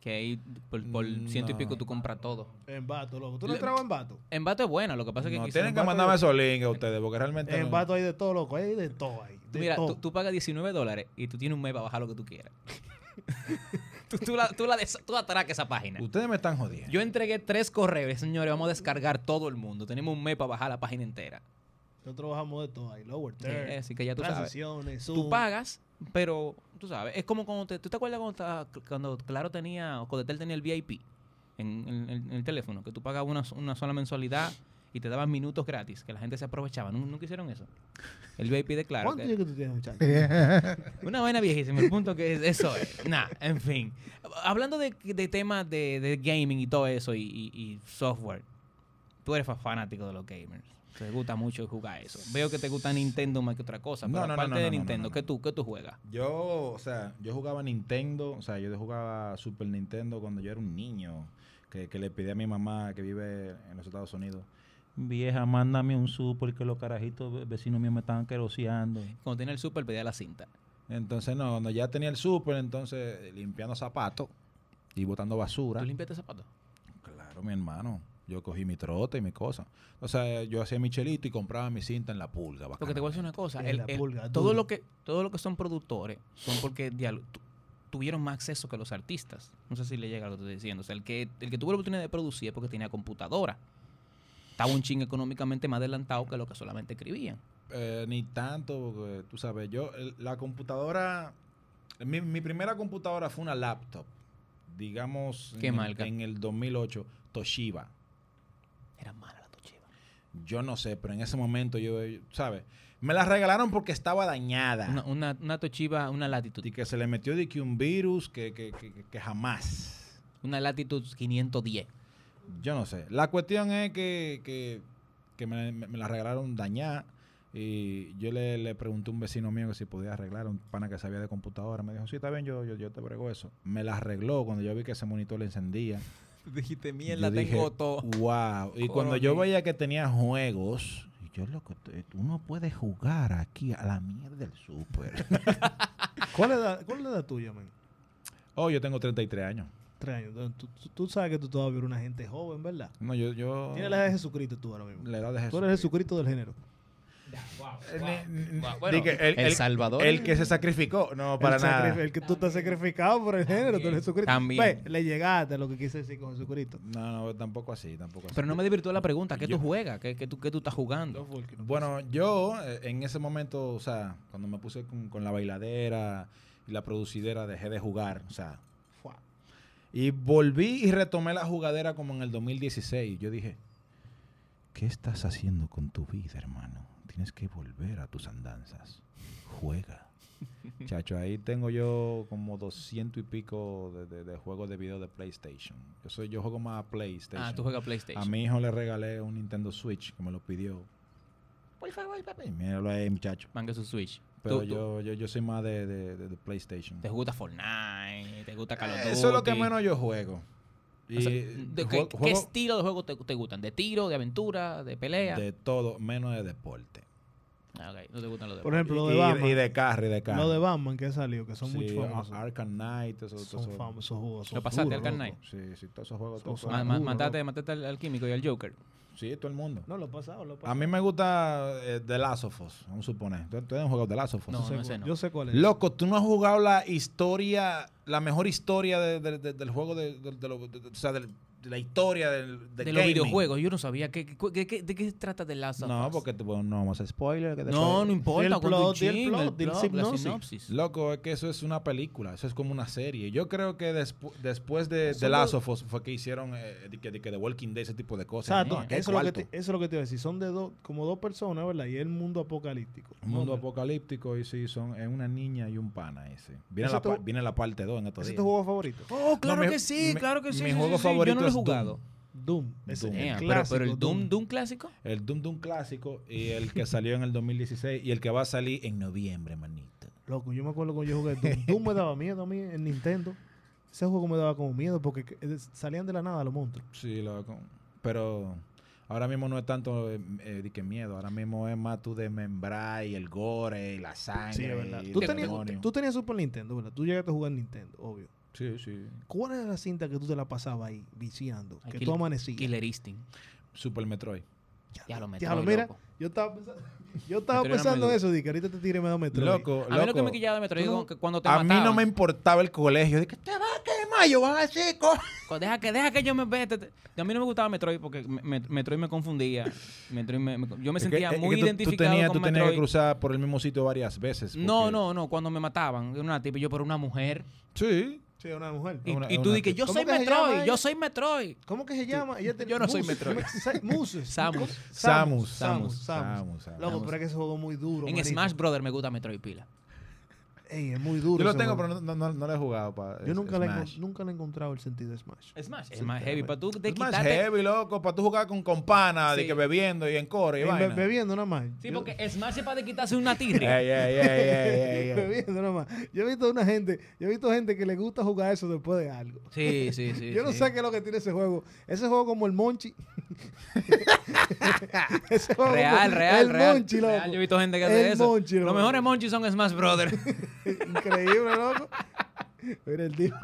que ahí por, por Mm, ciento y no. pico tú compras todo. Embato, loco. ¿Tú no Le- has tragado Embato? Embato es buena, lo que pasa es que No, quizá- tienen que Bato- mandarme esos links a ustedes, porque realmente. En no- Bato hay de todo, loco. Hay de todo ahí. Tú, De mira, todo. tú, tú pagas 19 dólares y tú tienes un mes para bajar lo que tú quieras. tú, tú la, tú, la des- tú atracas esa página. Ustedes me están jodiendo. Yo entregué tres correos, señores, vamos a descargar todo el mundo. Tenemos un mes para bajar la página entera. Nosotros bajamos de todo ahí. Lower Sí, third, así que ya tú sabes. transiciones, Tú zoom. pagas, pero tú sabes, es como cuando te, tú te acuerdas cuando, estaba- cuando Claro tenía o Codetel tenía el VIP en, en- en el teléfono, que tú pagabas una, una sola mensualidad y te daban minutos gratis, que la gente se aprovechaba. ¿Nun- Nunca hicieron eso. El VIP de Claro. ¿Cuántos que- años que tú tienes, muchacho? Eh. Una vaina viejísima, el punto que es eso es. Nah, en fin. Hablando de, de temas de, de gaming y todo eso y, y- y software, tú eres fa- fanático de los gamers. Te gusta mucho jugar eso. Veo que te gusta Nintendo más que otra cosa, pero No, no, no, aparte no, de no, no, Nintendo, no, no. ¿qué, tú, ¿qué tú juegas? Yo, o sea, yo jugaba Nintendo, o sea, yo jugaba Super Nintendo cuando yo era un niño, que, que le pedí a mi mamá que vive en los Estados Unidos. Vieja, mándame un Super que los carajitos ve- vecinos míos me estaban queroseando. Cuando tenía el Super, pedía la cinta. Entonces, no, cuando ya tenía el Super, entonces eh, limpiando zapatos y botando basura. ¿Tú limpiaste zapatos? Claro, mi hermano. Yo cogí mi trote y mi cosa. O sea, yo hacía mi chelito y compraba mi cinta en la pulga. Porque te voy a decir una bacanamente. cosa. Es el- la el- pulga, todo, duro. lo que, todo lo que son productores son porque dialo- tu- tuvieron más acceso que los artistas. No sé si le llega lo que estoy diciendo. O sea, el que, el que tuvo la oportunidad de producir es porque tenía computadora. Estaba un ching económicamente más adelantado que lo que solamente escribían. eh, ni tanto, porque tú sabes, yo, el- la computadora, mi, mi primera computadora fue una laptop, digamos, ¿Qué en, el- marca? en el 2008, Toshiba. Era mala la Toshiba. Yo no sé, pero en ese momento yo, yo- ¿sabes? Me la regalaron porque estaba dañada. Una, una, una Toshiba, una Latitud. Y que se le metió de que un virus que, que, que- que- que jamás. Una Latitud 510. Yo no sé. La cuestión es que, que- que me, me- me la regalaron dañada. Y yo le, le pregunté a un vecino mío que si podía arreglar, un pana que sabía de computadora. Me dijo, sí, está bien, yo, yo, yo te brego eso. Me la arregló cuando yo vi que ese monitor le encendía. Dijiste, Yo dije, Wow. Y cuando yo Coronel. veía que tenía juegos, y yo loco, te- uno puede jugar aquí a la mierda del súper. ¿Cuál es la, cuál es la edad tuya, man? oh, yo tengo 33 años. Tres años. Entonces, Tú, tú- tú sabes que tú todavía eres una gente joven, ¿verdad? No, yo, yo. Tienes la edad de Jesucristo tú ahora mismo. la edad de Tú eres Jesucristo del género. Eh, ni- ni- Bueno, di que el, El el- Salvador. el que se sacrificó. No, para el nada. sacrifi- El que tú estás sacrificado por el género, tú eres Jesucristo. También. Ve, le llegaste a lo que quise decir con Jesucristo. No, no, tampoco así, tampoco así. Pero no me divirtió la pregunta. ¿Qué Yo- tú juegas? ¿Qué, qué tú, qué tú estás jugando? Ah, Bueno, yo eh, en ese momento, o sea, cuando me puse con, con la bailadera y la producidera, dejé de jugar, o sea. fuá. Y volví y retomé la jugadera como en el 2016. Yo dije, ¿qué estás haciendo con tu vida, hermano? Tienes que volver a tus andanzas. Juega. Chacho, ahí tengo yo como 200 y pico de, de- de juegos de video de PlayStation. Yo, soy, yo juego más a PlayStation. Ah, tú juegas A PlayStation. mi hijo le regalé un Nintendo Switch, que me lo pidió. Por favor, papá. Y míralo ahí, muchacho. Manga su Switch. Pero Tú- tú- yo, yo, yo soy más de, de- de- de PlayStation. te gusta Fortnite, te gusta Call of Duty. Eh, Eso es lo que menos yo juego. Y O sea, ¿de qué, juego- qué juego estilo de juego te, te gustan? ¿De tiro, de aventura, de pelea? de todo, menos de deporte. Ah, ok, No te gustan los de Por ejemplo, lo Y- de y, Batman. y de carro, y de carro. Lo de Batman que ha salido, que son Sí, muy famosos. Ar- Arkham Knight, eso, todo son eso. famosos esos juegos. son Lo pasaste, duros, Arkham loco. Knight. Sí, sí, todos esos juegos. Son todos esos- Ma- ma- Duro, matate, loco. matate al, al químico y al Joker. Sí, todo el mundo. No, lo he pasado, lo he pasado. A mí me gusta eh, The Last of Us, vamos a suponer. ¿Tú, tú eres un juego de The Last of Us? No, Yo sé no, ese cuál- no. Yo sé cuál es. Loco, tú no has jugado la historia, la mejor historia de- de- de- del juego, de, de- de lo- de- de- o sea, del- de la historia del, del de los gaming. videojuegos, yo no sabía. ¿Qué, qué- qué- qué- de qué se trata de Last of No, Us? porque te- bueno, no vamos a spoiler. que después- No, no importa. Di el cuando plot, di el chinga, plot, di el la sinopsis. sinopsis. Loco, es que eso es una película, eso es como una serie. Yo creo que despu- después de Son The de- Last of Us fue que hicieron eh, de que, de que The Walking Dead, ese tipo de cosas. Exacto, ¿no? Aquel eso, es lo que te, cuarto. eso es lo que te iba a decir. Son de dos, como dos personas, ¿verdad? Y es el mundo apocalíptico. Un mundo apocalíptico. apocalíptico y sí, son es una niña y un pana ese. Viene, ¿Ese la, tu- pa- viene la parte 2 en estos ¿Ese es días. tu juego favorito? Oh, claro mi- que sí, mi- claro que sí. mi sí, sí, juego sí, favorito yo no lo he es Doom. jugado. Doom. Es Doom. el Damn, pero, clásico pero el Doom, Doom. Doom clásico. El Doom Doom clásico y el que salió en el 2016 y el que va a salir en noviembre, manito. Loco, yo me acuerdo cuando yo jugué Doom. Doom me daba miedo a mí en Nintendo. Ese juego me daba como miedo porque que- eh, salían de la nada los monstruos. Sí, loco. Pero ahora mismo no es tanto eh, eh, de que miedo, ahora mismo es más tú desmembrar y el gore y la sangre. Sí, es verdad. y Tú el tenías, demonio. tú tenías Super Nintendo, ¿verdad? Tú llegaste a jugar Nintendo, obvio. Sí, sí. ¿Cuál era la cinta que tú te la pasabas ahí viciando? Ay, Que Kill- tú amanecías. Killer Instinct. Super Metroid. Ya lo metí. Diablo, mira, yo estaba pensando, yo estaba Metroid era pensando medio- eso, di que ahorita te tiré me da metro. Loco, A mí lo que me loco. quillaba de Metroid Tú no- es que cuando te A mí no mataban, me importaba el colegio. Dije, te va a quemar, yo voy a decir co-". Cu- Deja que, deja que yo me vete. te- A mí no me gustaba Metroid porque me- me- Metroid me confundía. Metroid me- me- yo me Es que- sentía es que muy tú- identificado Tú tenías, con tú tenías que Metroid. cruzar por el mismo sitio varias veces. no, porque- no, no. Cuando me mataban, era una tipa y yo, pero una mujer. Sí. Sí, una mujer. Y, una- y tú una dices, tipa. yo ¿Cómo soy que se Metroid, llama yo ella? soy Metroid. ¿Cómo que se llama? Ella te- yo no soy Muses, Metroid. ¿cómo es que se- Muses. Samus. ¿Cómo? Samus, Samus, Samus, Samus. Samus, Samus. Loco, Samus. pero es que ese juego es muy duro. En manito. Smash Brothers me gusta Metroid pila. Ey, es muy duro. Yo lo ese tengo, juego. pero no, no, no lo he jugado. pa- Yo nunca le, Smash. encon- nunca le he encontrado el sentido de Smash. Smash es más heavy. Para tú te Es más quitarte. heavy, loco, para tú jugar con, con pana, de Sí. que bebiendo y en coro y Ey, be- vaina. bebiendo nada más. Sí, Yo- porque Smash es para te quitarse una tirria. Ey, ey, ey, ey, ey, ey. bebiendo nada más. Yo he visto una gente, yo he visto gente que le gusta jugar eso después de algo. Sí, sí, sí. Yo no sí. sé qué es lo que tiene ese juego. Ese juego como el Monchi. Ese juego Real, como- real, el real. Monchi, loco. Real, Yo he visto gente que El hace eso. Monchi, Los loco. mejores Monchi son Smash Brothers. Increíble, loco. Mira el tío.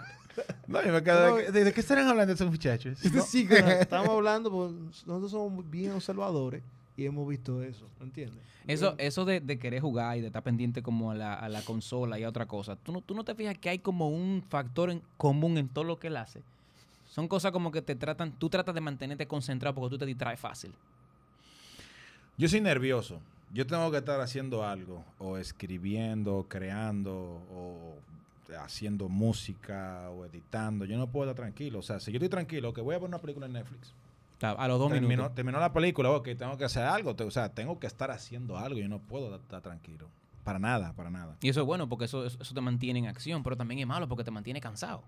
No, yo me quedo. ¿de, de- de qué estarán hablando esos muchachos? No. Estamos hablando, pues, nosotros somos bien observadores y hemos visto eso, ¿me entiendes? Eso, eso de, de querer jugar y de estar pendiente como a la, a la consola y a otra cosa, ¿tú no, tú no te fijas que hay como un factor en común en todo lo que él hace. Son cosas como que te tratan, tú tratas de mantenerte concentrado porque tú te distraes fácil. Yo soy nervioso. yo tengo que estar haciendo algo, o escribiendo, creando, o haciendo música, o editando. Yo no puedo estar tranquilo. O sea, si yo estoy tranquilo, que voy a ver una película en Netflix. Ta- A los dos Terminó, minutos. terminó la película, ok, tengo que hacer algo. te- O sea, tengo que estar haciendo algo. Yo no puedo estar tranquilo. Para nada, para nada. Y eso es bueno porque eso, eso eso te mantiene en acción, pero también es malo porque te mantiene cansado.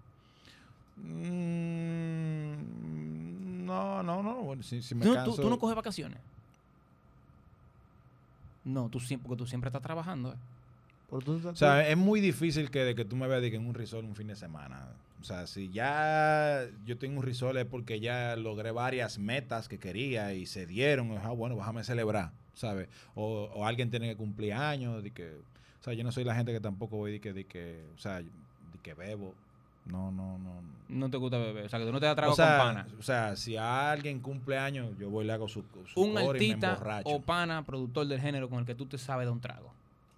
Mm, no, no, no. Bueno, si, si me ¿Tú, tú- canso... tú no coges vacaciones? No, tú siempre, porque tú siempre estás trabajando. ¿eh? Pero tú- O sea, eh, es muy difícil que, de que tú me veas de que en un resort un fin de semana. O sea, si ya yo tengo un resort es porque ya logré varias metas que quería y se dieron. Ah, bueno, déjame celebrar, ¿sabes? O, o alguien tiene que cumplir años. De que, o sea, yo no soy la gente que tampoco voy de que, de que o sea, de que bebo. No, no, no. No te gusta beber. O sea, que tú no te das trago o, sea, con pana. o sea, si a alguien cumple años, yo voy y le hago su, su un coro y me artista emborracho. o pana, productor del género con el que tú te sabes dar un trago.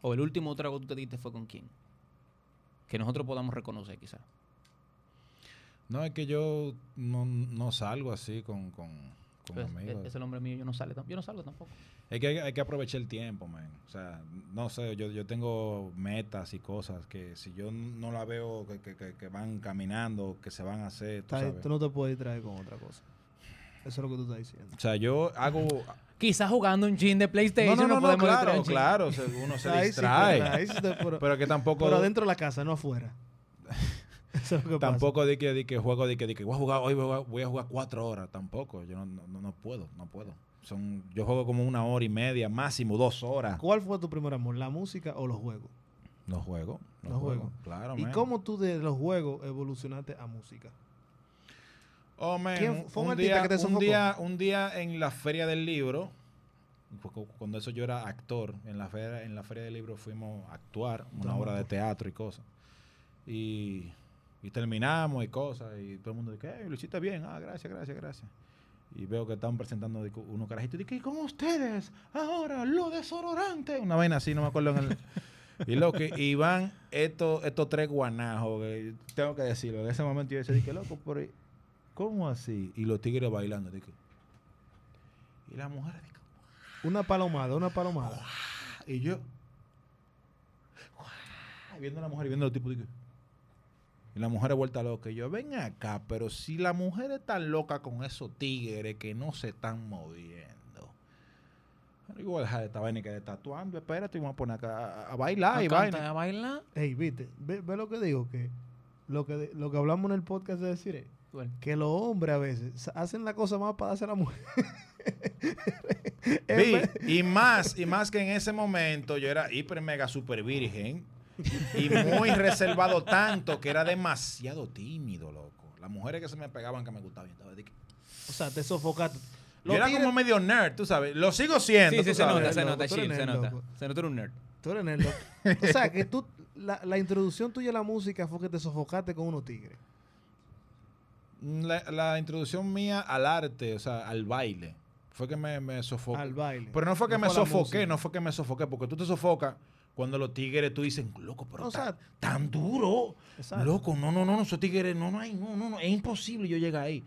O el último trago que tú te diste fue con quién. Que nosotros podamos reconocer, quizás. No, es que yo no, no salgo así con, con, con Pues, amigos. e- ese hombre mío, yo no, sale, tam- yo no salgo tampoco. Es que hay, hay que aprovechar el tiempo, man. O sea, no sé, yo, yo tengo metas y cosas que si yo no la veo que, que- que- que van caminando, que se van a hacer, tú está- sabes. tú no te puedes distraer con otra cosa. Eso es lo que tú estás diciendo. O sea, yo hago... Quizás jugando un chin de No, PlayStation no, no, no, podemos distraer claro, un chin. claro. o sea, uno se Ahí sí, pero- distrae. ahí sí te- pero, Pero que tampoco... pero dentro de la casa, no afuera. Eso es lo que pasa. Tampoco di que, di que juego, di que, di que voy a jugar, hoy voy a, voy a jugar cuatro horas, tampoco. Yo no, no, no puedo, no puedo. Son, yo juego como una hora y media, máximo dos horas. ¿Cuál fue tu primer amor, la música o los juegos? No juego, no, No juego. juego. Claro, ¿Y man. cómo tú de los juegos evolucionaste a música? Oh, man, ¿Quién un- fue un un, artista día, que te un, sofocó? día, un día en la Feria del Libro, cu- cu- cuando eso yo era actor, en la Feria, en la feria del Libro fuimos a actuar una Dramaturgo. obra de teatro y cosas. Y, y terminamos y cosas, y todo el mundo dice, hey, lo hiciste bien, ah, gracias, gracias, gracias. Y veo que estaban presentando de que unos carajitos, dije, y con ustedes, ahora, lo desororante. Una vaina así, no me acuerdo en el... Y loco, y van estos, estos tres guanajos, que tengo que decirlo, en ese momento yo decía, dije, loco, pero ¿y ¿cómo así? Y los tigres bailando, dije. Y la mujer, dije, Una palomada, una palomada. "Ah", y yo, "Guau", viendo a la mujer y viendo a los tipos, dije. Y la mujer es vuelta loca. Y yo, ven acá, pero si la mujer es tan loca con esos tigres que no se están moviendo. Yo voy a dejar esta vaina que de tatuando, espérate, y vamos a poner acá a, a bailar y A cantar, vaina. a bailar. Ey, viste, ve, ve lo que digo, que lo que, de- lo que hablamos en el podcast de decir es Bueno, que los hombres a veces sa- hacen la cosa más para darse a la mujer. En Vi, vez- y más, y más que en ese momento yo era hiper mega super virgen y muy reservado tanto que era demasiado tímido, loco. Las mujeres que se me pegaban que me gustaban. yo estaba de que- o sea, te sofocaste. Yo era tigres- como medio nerd, tú sabes. Lo sigo siendo. sí, tú sí, se sabes. nota, se loco, nota, tú eres Chip, se nerd, nota. loco. Se nota eres un nerd. Tú eres nerd, loco. O sea, que tú, la, la introducción tuya a la música fue que te sofocaste con unos tigres. Mm, La, la introducción mía al arte, o sea, al baile, fue que me, me sofocó. Al baile. Pero no fue que me la sofoqué, música. no fue que me sofoqué, porque tú te sofocas cuando los tigres tú dicen, loco, pero O sea, tan, tan duro. Exacto. Loco, no, no, no, no, esos tigres, no, no, hay, no, no, no, es imposible yo llegar ahí.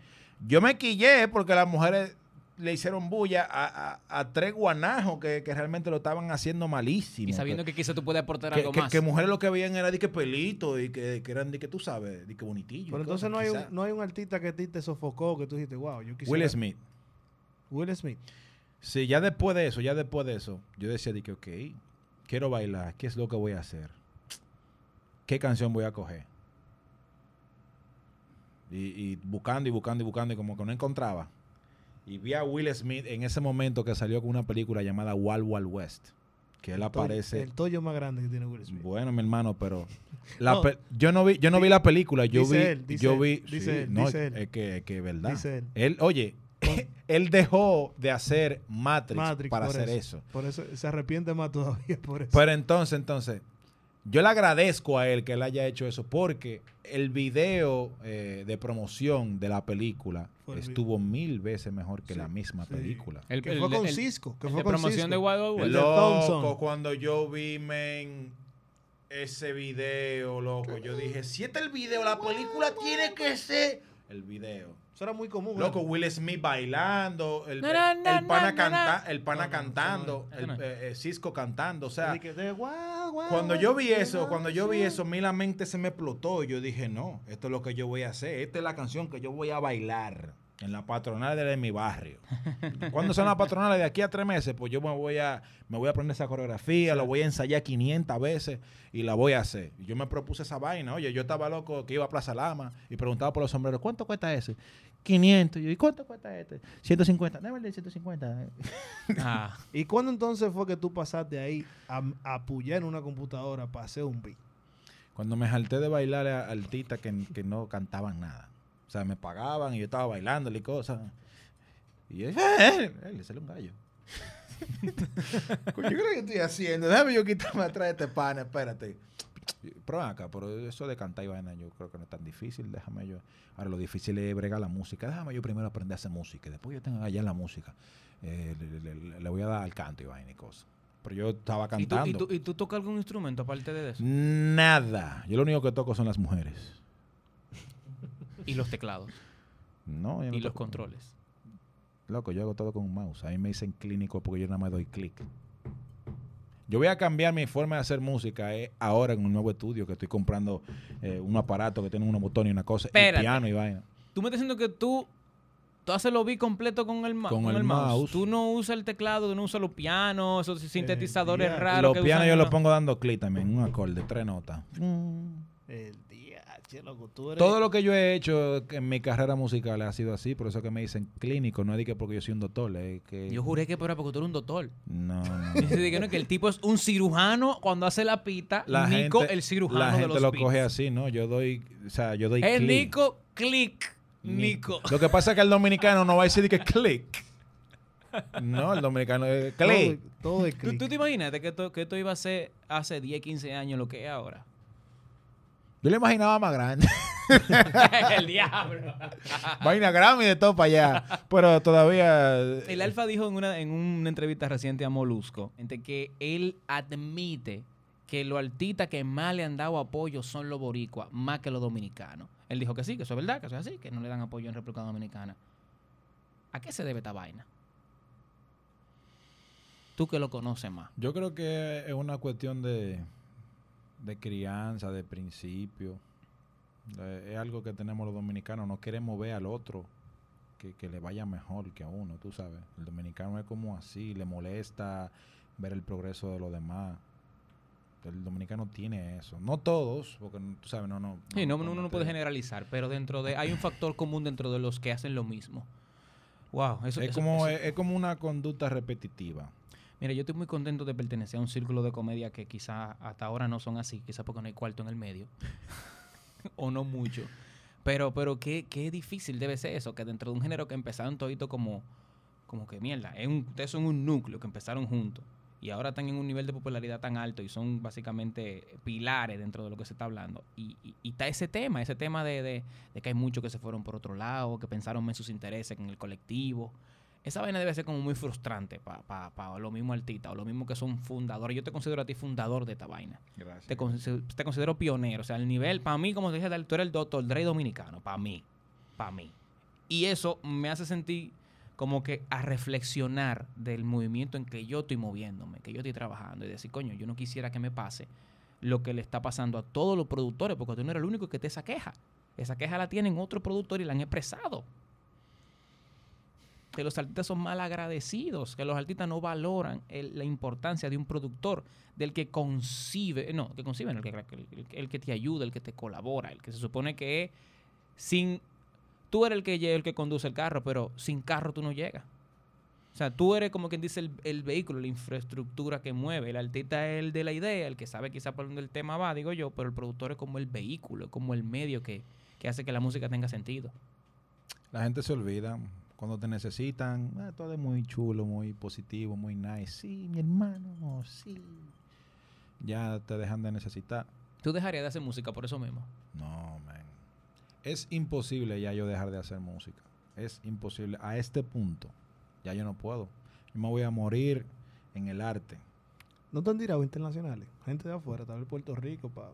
Yo me quillé porque las mujeres le hicieron bulla a, a- a tres guanajos que, que realmente lo estaban haciendo malísimo. Y sabiendo que, que quizás tú puedes aportar que- algo que- más. que mujeres lo que veían era de que pelito y que, que eran de que tú sabes, de que bonitillo. y Pero entonces cosas, no hay, un, quizá. no hay un artista que a ti te sofocó, que tú dijiste, wow, yo quisiera. Will Smith. Will Smith. Sí, ya después de eso, ya después de eso, yo decía de que, ok, quiero bailar, ¿qué es lo que voy a hacer? ¿Qué canción voy a coger? Y, y buscando y buscando y buscando y como que no encontraba. Y vi a Will Smith en ese momento que salió con una película llamada Wild Wild West, que él Toyo- aparece... El tollo más grande que tiene Will Smith. Bueno, mi hermano, pero la No. pe- yo no vi, yo no vi la película, yo Dice vi, él, dice yo él, vi, dice sí, él, no, dice él. es que es que es verdad. Dice él. oye, él dejó de hacer Matrix, Matrix, para por hacer eso. eso. Por eso se arrepiente más todavía por eso. Pero entonces, entonces, yo le agradezco a él que él haya hecho eso porque el video eh, de promoción de la película Fue el vi- estuvo mil veces mejor que Sí, la misma sí. película. El- que el- fue el- con el- Cisco. Que el fue de con promoción de Cisco. Wild Wild West. de Loco, Thompson. cuando yo vi men, ese video, loco, yo dije, si este es el video, la película tiene que ser el video. Eso era muy común. Loco, ¿eh? Will Smith bailando, el, No, no, no, el pana, no, no, canta- el pana No, no, cantando, eso no es. el, eh, eh, Cisco cantando. O sea, Así que de guau, guau, cuando guau, yo vi guau, eso, guau, cuando yo vi guau. eso, mi la mente se me explotó. Y yo dije, no, esto es lo que yo voy a hacer. Esta es la canción que yo voy a bailar en la patronal de mi barrio. ¿Cuándo son las patronales? De aquí a tres meses, pues yo me voy a, me voy a aprender esa coreografía, la voy a ensayar 500 veces y la voy a hacer. Y yo me propuse esa vaina. Oye, yo estaba loco que iba a Plaza Lama y preguntaba por los sombreros, ¿cuánto cuesta ese? 500. Y yo, ¿y cuánto cuesta este? 150. No, es verdad, 150. Ah, ¿Y cuándo entonces fue que tú pasaste ahí a, a puyar en una computadora para hacer un beat? Cuando me jalté de bailar a artistas que, que no cantaban nada. O sea, me pagaban y yo estaba bailando y cosas. Y yo, ¡eh! eh, eh, le sale un gallo. Coño, ¿qué es lo que estoy haciendo? Déjame yo quitarme atrás de este pan, espérate. Pero ven acá, pero eso de cantar y vaina yo creo que no es tan difícil, déjame yo. Ahora lo difícil es bregar la música, déjame yo primero aprender a hacer música, y después yo tengo allá la música. Eh, le, le- le- le voy a dar al canto y vaina y cosas. Pero yo estaba ¿Y, tú, cantando. Mm. y, tú, ¿Y tú tocas algún instrumento aparte de eso? Nada. Yo lo único que toco son las mujeres. Y los teclados. No, yo no y los toco- controles. Loco, yo hago todo con un mouse. A mí me dicen clínico porque yo nada más doy clic. Yo voy a cambiar mi forma de hacer música eh, ahora en un nuevo estudio que estoy comprando eh, un aparato que tiene unos botones y una cosa, Espérate. y piano y vaina. Tú me estás diciendo que tú, tú haces lo beat completo con el, ma- Con el mouse. Tú no usas el teclado, tú no usas los pianos, esos sintetizadores diablo. raros. Eh, los que pianos usan yo en los la- pongo dando clic también, un acorde, tres notas. El día, che, loco, tú eres... Todo lo que yo he hecho en mi carrera musical ha sido así, por eso que me dicen clínico, no es de que porque yo soy un doctor, es que... Yo juré que era porque tú eres un doctor. No, no. Yo dije que no, que el tipo es un cirujano cuando hace la pita. la Nico, gente, el cirujano la gente de los lo beats. coge así, ¿no? Yo doy, o sea, yo doy Es clic. Nico, click, Nico. Lo que pasa es que el dominicano no va a decir que click. No, el dominicano es todo- click. Todo es ¿Tú, click. tú te imaginas que esto, que esto iba a ser hace 10, 15 años lo que es ahora? Yo lo imaginaba más grande. el diablo. Vaina Grammy de todo para allá. Pero todavía. El Alfa dijo en una, en una entrevista reciente a Molusco gente, que él admite que los artistas que más le han dado apoyo son los boricuas, más que los dominicanos. Él dijo que sí, que eso es verdad, que eso es así, que no le dan apoyo en República Dominicana. ¿A qué se debe esta vaina? Tú que lo conoces más. Yo creo que es una cuestión de, de crianza, de principio. Eh, Es algo que tenemos los dominicanos. No queremos ver al otro que, que le vaya mejor que a uno, tú sabes. El dominicano es como así, le molesta ver el progreso de los demás. El dominicano tiene eso. No todos, porque tú sabes, no, no. Sí, no, uno no te- puede generalizar, pero dentro de hay un factor común dentro de los que hacen lo mismo. Wow, eso Es eso- como, eso- es, es como una conducta repetitiva. Mira, yo estoy muy contento de pertenecer a un círculo de comedia que quizá hasta ahora no son así, quizá porque no hay cuarto en el medio. o no mucho. Pero, pero qué, qué difícil debe ser eso, que dentro de un género que empezaron todito como, como que mierda, es un, ustedes son un núcleo que empezaron juntos y ahora están en un nivel de popularidad tan alto y son básicamente pilares dentro de lo que se está hablando. Y, y- y está ese tema, ese tema de, de- de que hay muchos que se fueron por otro lado, que pensaron en sus intereses, en el colectivo. Esa vaina debe ser como muy frustrante para pa, pa los mismos artistas o los mismos que son fundadores. Yo te considero a ti fundador de esta vaina Gracias. te, conse- te considero pionero. O sea, el nivel, para mí, como te dije, tú eres el doctor Dre dominicano, para mí, para mí. Y eso me hace sentir como que a reflexionar del movimiento en que yo estoy moviéndome, que yo estoy trabajando y decir, coño, yo no quisiera que me pase lo que le está pasando a todos los productores, porque tú no eres el único que te esa queja. Esa queja la tienen otros productores y la han expresado. Que los artistas son mal agradecidos, que los artistas no valoran el- la importancia de un productor, del que concibe, no, que concibe, no, el que, el- el que te ayuda, el que te colabora, el que se supone que es sin. Tú eres el que, lle- el que conduce el carro, pero sin carro tú no llegas. O sea, tú eres como quien dice el, el vehículo, la infraestructura que mueve. El artista es el de la idea, el que sabe quizá por dónde el tema va, digo yo, pero el productor es como el vehículo, como el medio que, que hace que la música tenga sentido. La gente se olvida cuando te necesitan. "Ah, todo es muy chulo, muy positivo, muy nice. Sí, mi hermano, no, sí. Ya te dejan de necesitar. Tú dejarías de hacer música por eso mismo. No, man. Es imposible ya yo dejar de hacer música. Es imposible. A este punto, ya yo no puedo. Yo me voy a morir en el arte. ¿No te han tirado internacionales? Gente de afuera, tal vez Puerto Rico, para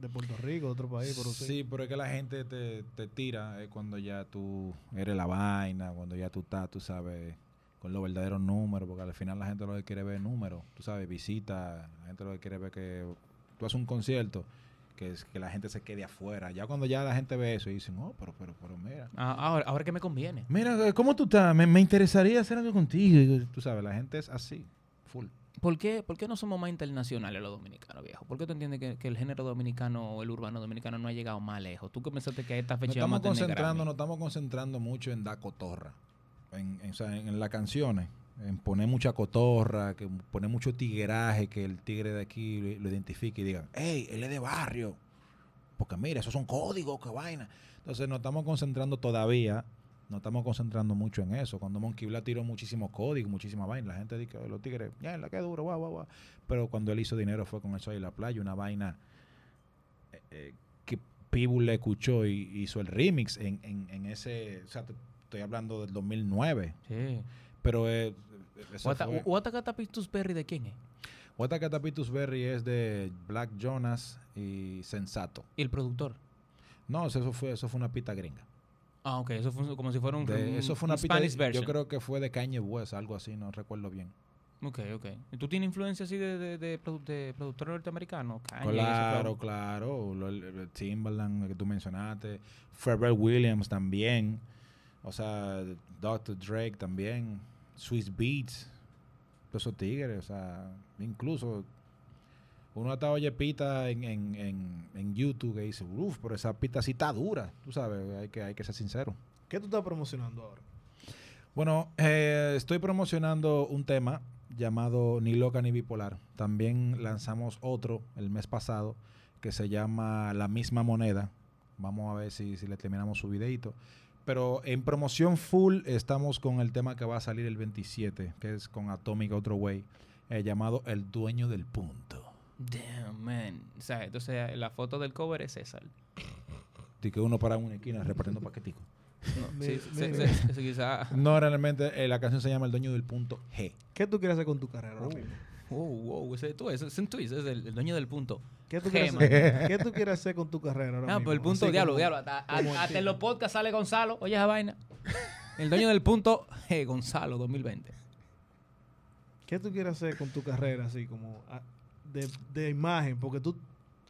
de Puerto Rico, de otro país, pero sí. Sí, pero es que la gente te, te tira eh, cuando ya tú eres la vaina, cuando ya tú estás, tú sabes, con los verdaderos números, porque al final la gente lo que quiere ver es números, tú sabes, visita, la gente lo que quiere ver que tú haces un concierto, que es que la gente se quede afuera. Ya cuando ya la gente ve eso y dicen, oh, pero, pero, pero mira. Ah, ahora, ahora que me conviene. Mira, eh, ¿cómo tú estás? Me, me interesaría hacer algo contigo. Y Tú sabes, la gente es así, full. ¿Por qué, ¿Por qué no somos más internacionales los dominicanos, viejo? ¿Por qué tú entiendes que, que el género dominicano o el urbano dominicano no ha llegado más lejos? ¿Tú que pensaste que a esta Nos fecha vamos a estamos tener concentrando, nos Grammy? estamos concentrando mucho en dar cotorra, en, en, o sea, en- en las canciones, en poner mucha cotorra, que poner mucho tigueraje, que el tigre de aquí lo, lo identifique y digan, hey, él es de barrio, porque mira, esos son códigos, qué vaina. Entonces nos estamos concentrando todavía, nos estamos concentrando mucho en eso. Cuando Monkey Black tiró muchísimos códigos, muchísimas vainas, la gente dice, que los tigres, ya, la que duro, guau, guau, guau. Pero cuando él hizo dinero fue con el sol y la playa, una vaina eh, eh, que Pibu le escuchó y hizo el remix en, en- en ese, o sea, te- estoy hablando del 2009, Sí. pero eh, eso Guata- fue- Guatacata Pistus Perry de quién es? Wata Catapitus Berry es de Black Jonas y Sensato. ¿Y el productor? No, eso fue, eso fue una pita gringa. Ah, ok. Eso fue como si fuera un, De- un- eso fue una un pita Spanish de- version. Yo creo que fue de Kanye West, algo así, no recuerdo bien. Ok, ok. ¿Y ¿Tú tienes influencia así de, de, de produ- de productor norteamericano? Kanye, claro, eso, claro. lo- el- el Timbaland que tú mencionaste. Pharrell Williams también. O sea, Dr. Drake también. Swiss Beats. Todos esos tigres. O sea, incluso uno hasta oye pita en, en, en, en YouTube que dice, uff, pero esa pita sí está dura. Tú sabes, hay que, hay que ser sincero. ¿Qué tú estás promocionando ahora? Bueno, eh, estoy promocionando un tema llamado Ni Loca ni Bipolar. También lanzamos otro el mes pasado que se llama La misma moneda. Vamos a ver si, si le terminamos su videito. Pero en promoción full estamos con el tema que va a salir el 27, que es con Atomic Otro Way, eh, llamado El Dueño del Punto. Damn, man. O sea, entonces la foto del cover es César. De que uno para una esquina repartiendo paqueticos. No, Mi- sí, se- mi- se- se- se- quizá... No, realmente eh, la canción se llama El Dueño del Punto G. ¿Qué tú quieres hacer con tu carrera ahora Oh. mismo? Wow, wow. Ese tú, ese es un tweet. Ese es el, el dueño del punto. ¿Qué tú, G, quieres hacer, ¿Qué tú quieres hacer con tu carrera ahora No, mismo? pues el punto, Así diablo, como- diablo. Hasta, como hasta- hasta así. en los podcasts sale Gonzalo. Oye, esa vaina. El dueño del punto, eh, Gonzalo 2020. ¿Qué tú quieres hacer con tu carrera así como ah, de, de imagen? Porque tú,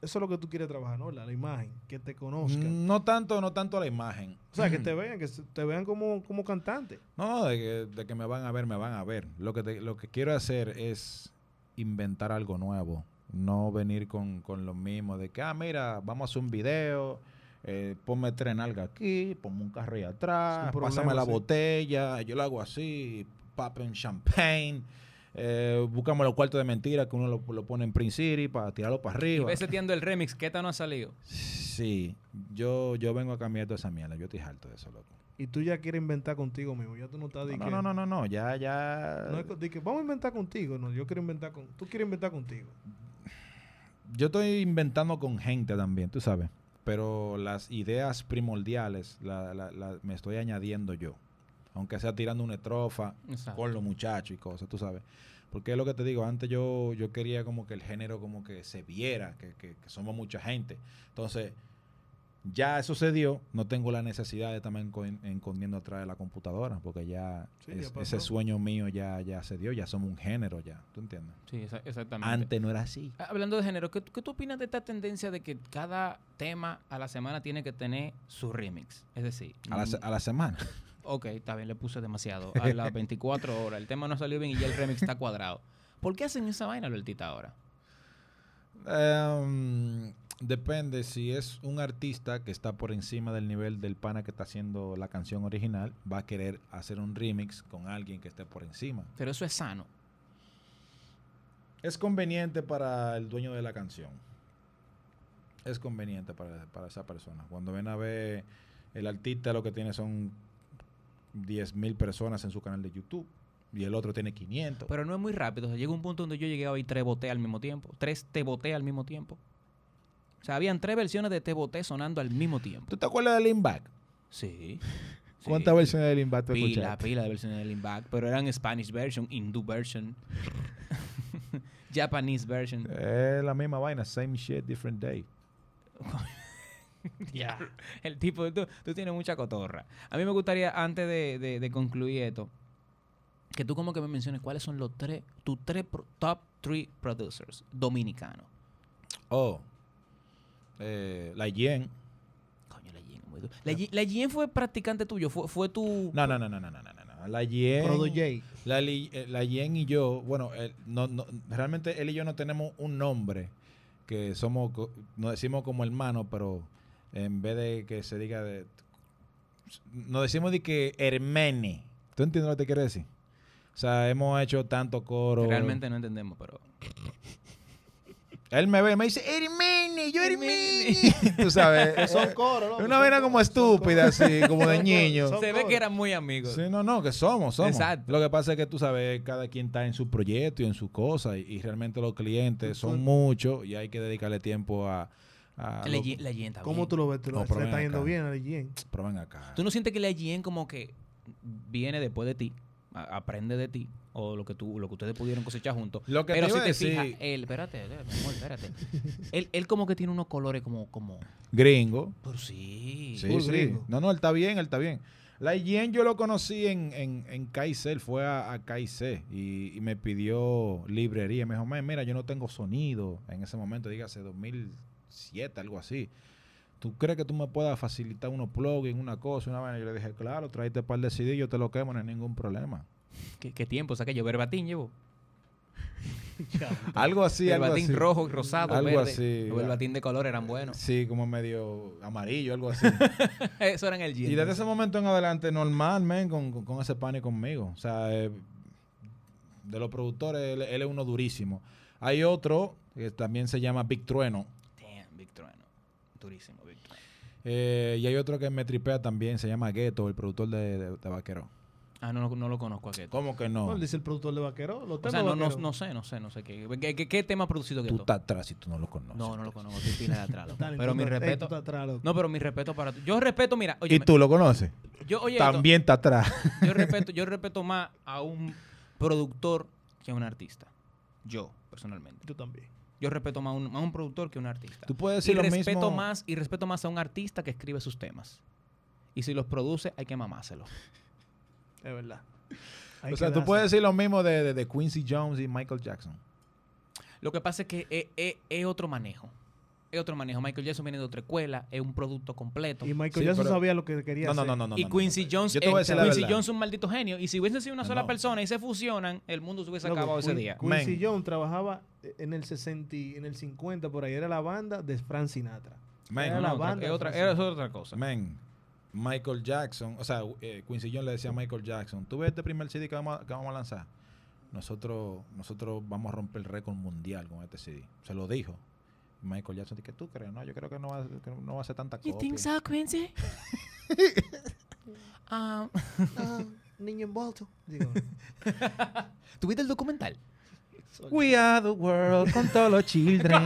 eso es lo que tú quieres trabajar, ¿no? La, la imagen, que te Mm. conozcan. No tanto, no tanto la imagen. O sea, que te vean, que se- te vean como, como cantante. No, no, de que, de que me van a ver, me van a ver. Lo que, te- lo que quiero hacer es inventar algo nuevo. No venir con, con lo mismo de que, ah, mira, vamos a hacer un video, eh, ponme tres nalgas aquí, ponme un carro ahí atrás, Es un pásame problema, la sí. botella, yo lo hago así, pop en champagne, eh, buscamos los cuartos de mentira que uno lo, lo pone en Print City para tirarlo para Y arriba. ves entiendo el remix, que esta no ha salido. Sí, yo, yo vengo a cambiar toda esa mierda, yo estoy harto de eso, loco. Y tú ya quieres inventar contigo mismo. Ya tú no estás de No, que- no, no, no, no, ya, ya... no es con- de que vamos a inventar contigo. No, yo quiero inventar con... Tú quieres inventar contigo. Yo estoy inventando con gente también, tú sabes. Pero las ideas primordiales la- la- la- me estoy añadiendo yo. Aunque sea tirando una estrofa Exacto. con los muchachos y cosas, tú sabes. Porque es lo que te digo, antes yo, yo quería como que el género como que se viera, que, que- que somos mucha gente. Entonces, ya eso se dio, no tengo la necesidad de estarme encon- escondiendo atrás de la computadora, porque ya, Sí, ya es- pasó. ese sueño mío ya, ya se dio, ya somos un género ya, ¿tú entiendes? Sí, exa- exactamente. Antes no era así. Ah, Hablando de género, ¿qué, qué tú opinas de esta tendencia de que cada tema a la semana tiene que tener su remix? Es decir, mm, A la, se- a la semana. ok, está bien, le puse demasiado. A las 24 horas, el tema no salió bien y ya el remix está cuadrado. ¿Por qué hacen esa vaina, Loltita, ahora? Em, depende si es un artista que está por encima del nivel del pana que está haciendo la canción original, va a querer hacer un remix con alguien que esté por encima. Pero eso es sano. Es conveniente para el dueño de la canción. Es conveniente para, para esa persona. Cuando ven a ver el artista lo que tiene son 10.000 personas en su canal de YouTube y el otro tiene 500. Pero no es muy rápido. O sea, llega un punto donde yo llegué a oír tres boté al mismo tiempo. Tres te boté al mismo tiempo. O sea, habían tres versiones de te boté sonando al mismo tiempo. ¿Tú te acuerdas de Limback? Sí. ¿Cuántas Sí. versiones de Limback tú Pila, escuchaste? pila de versiones de Limback, pero eran Spanish version, Hindu version, Japanese version. Es la misma vaina, same shit, different day. Ya. El tipo, de- tú, tú tienes mucha cotorra. A mí me gustaría, antes de, de- de concluir esto, que tú como que me menciones cuáles son los tres, tus tres pro- top three producers dominicanos. Oh. Eh, la Yen. Coño, la Jen, muy duro. La Jen- La Jen fue practicante tuyo, fue, fue tu... No, no, no, no, no, no, no, no. La Yen. Prodo J. La, li- eh, la Yen y yo, bueno, eh, no, no, realmente él y yo no tenemos un nombre que somos, co- nos decimos como hermanos, pero en vez de que se diga de, nos decimos de que Hermene. ¿Tú entiendes lo que te quiero decir? O sea, hemos hecho tanto coro. Realmente no entendemos, pero... Él me ve y me dice, Hermene, yo Hermene. Tú sabes. Son coros, loco, Una son vaina coros, como son coros. estúpida, así, como de Son coros, niño. son Se ve coros. que eran muy amigos. Sí, no, no, que somos, somos. Exacto. Lo que pasa es que tú sabes, cada quien está en su proyecto y en su cosa, y, y realmente los clientes Tú- son muchos y hay que dedicarle tiempo a. a La lo- Jen- la Jen está ¿Cómo bien. tú lo ves? ¿Tú No, lo, pero se le está ven yendo acá. bien a Jen. Pero ven acá. ¿Tú no sientes que la Jen como que viene después de ti, a- aprende de ti, o lo que tú, lo que ustedes pudieron cosechar juntos? Lo que pero te si iba te a decir, fijas, él, espérate, eh, mi amor, espérate. él, él como que tiene unos colores como, como, gringo. pero sí. Sí, Full sí. gringo. No, no, él está bien, él está bien. La Yen yo lo conocí en, en, en Kaiser, fue a, a Kaiser y, y me pidió librería. Me dijo, "Man, mira, yo no tengo sonido en ese momento, dígase 2007, algo así. ¿Tú crees que tú me puedas facilitar unos plugins, una cosa, una vaina? Yo le dije, claro, tráete un par de CD, yo te lo quemo, no hay ningún problema. ¿Qué, qué tiempo? O sea, que yo verbatín llevo. Algo así, algo verbatín así. rojo, rosado, Algo verde. así, Los verbatín de color eran buenos. Sí, como medio amarillo, algo así. Eso eran el Jen. Y desde ese momento en adelante, normal, man, con, con- con ese pane conmigo. O sea, eh, de los productores, él, él es uno durísimo. Hay otro que también se llama Big Trueno. Damn, Big Trueno. Durísimo, Big Trueno. eh, y hay otro que me tripea también, se llama Ghetto, el productor de, de, de Vaquero. Ah, no, no, no lo conozco a qué. ¿Cómo que no? No, él dice el productor de Vaquero. Los O temas sea, no, no, Vaquero. no sé, no sé, no sé qué. ¿Qué, qué- qué tema ha producido tú Ghetto? estás atrás y tú no lo conoces. No, no lo conozco, estoy pila de atrás. loco. Dale, Pero mi entonces, eh, tú respeto. estás atrás, loco. No, pero mi respeto para tú. Yo respeto, mira, oye, ¿Y tú lo conoces? yo oye, esto, También está atrás. yo respeto, yo respeto más a un productor que a un artista. Yo, personalmente. Yo también. Yo respeto más a un, más a un productor que a un artista. Tú puedes y decir lo respeto mismo. más y respeto más a un artista que escribe sus temas. Y si los produce, hay que mamárselo. Es verdad. Hay O que sea, tú darse. puedes decir lo mismo de, de- de Quincy Jones y Michael Jackson. Lo que pasa es que es, es- es otro manejo. Es otro manejo. Michael Jackson viene de otra escuela, es un producto completo. Y Michael Sí, Jackson pero- sabía lo que quería No, no, hacer. no, no, no. y no, no. Quincy Jones, Yo te voy a es- decir la Quincy verdad. Jones es un maldito genio. Y si hubiese sido una No, sola no. persona y se fusionan, el mundo se hubiese Loco, acabado ese Quin- día. Quincy Men. Jones trabajaba en el 60, y- en el 50, por ahí era la banda de Frank Sinatra. Man, Era la otra- banda, es otra, Francisco. es otra cosa. Men, Michael Jackson, o sea, eh, Quincy Jones le decía a Michael Jackson, tú ves este primer CD que vamos a, que vamos a lanzar. Nosotros, nosotros vamos a romper el récord mundial con este CD. Se lo dijo. Michael Jackson, ¿qué tú crees? No, yo creo que no va, a- que no va a ser tanta You copia. think so, Quincy? Ah. um, niño envuelto. Digo, ¿Tuviste el documental? We are the world con todos los children.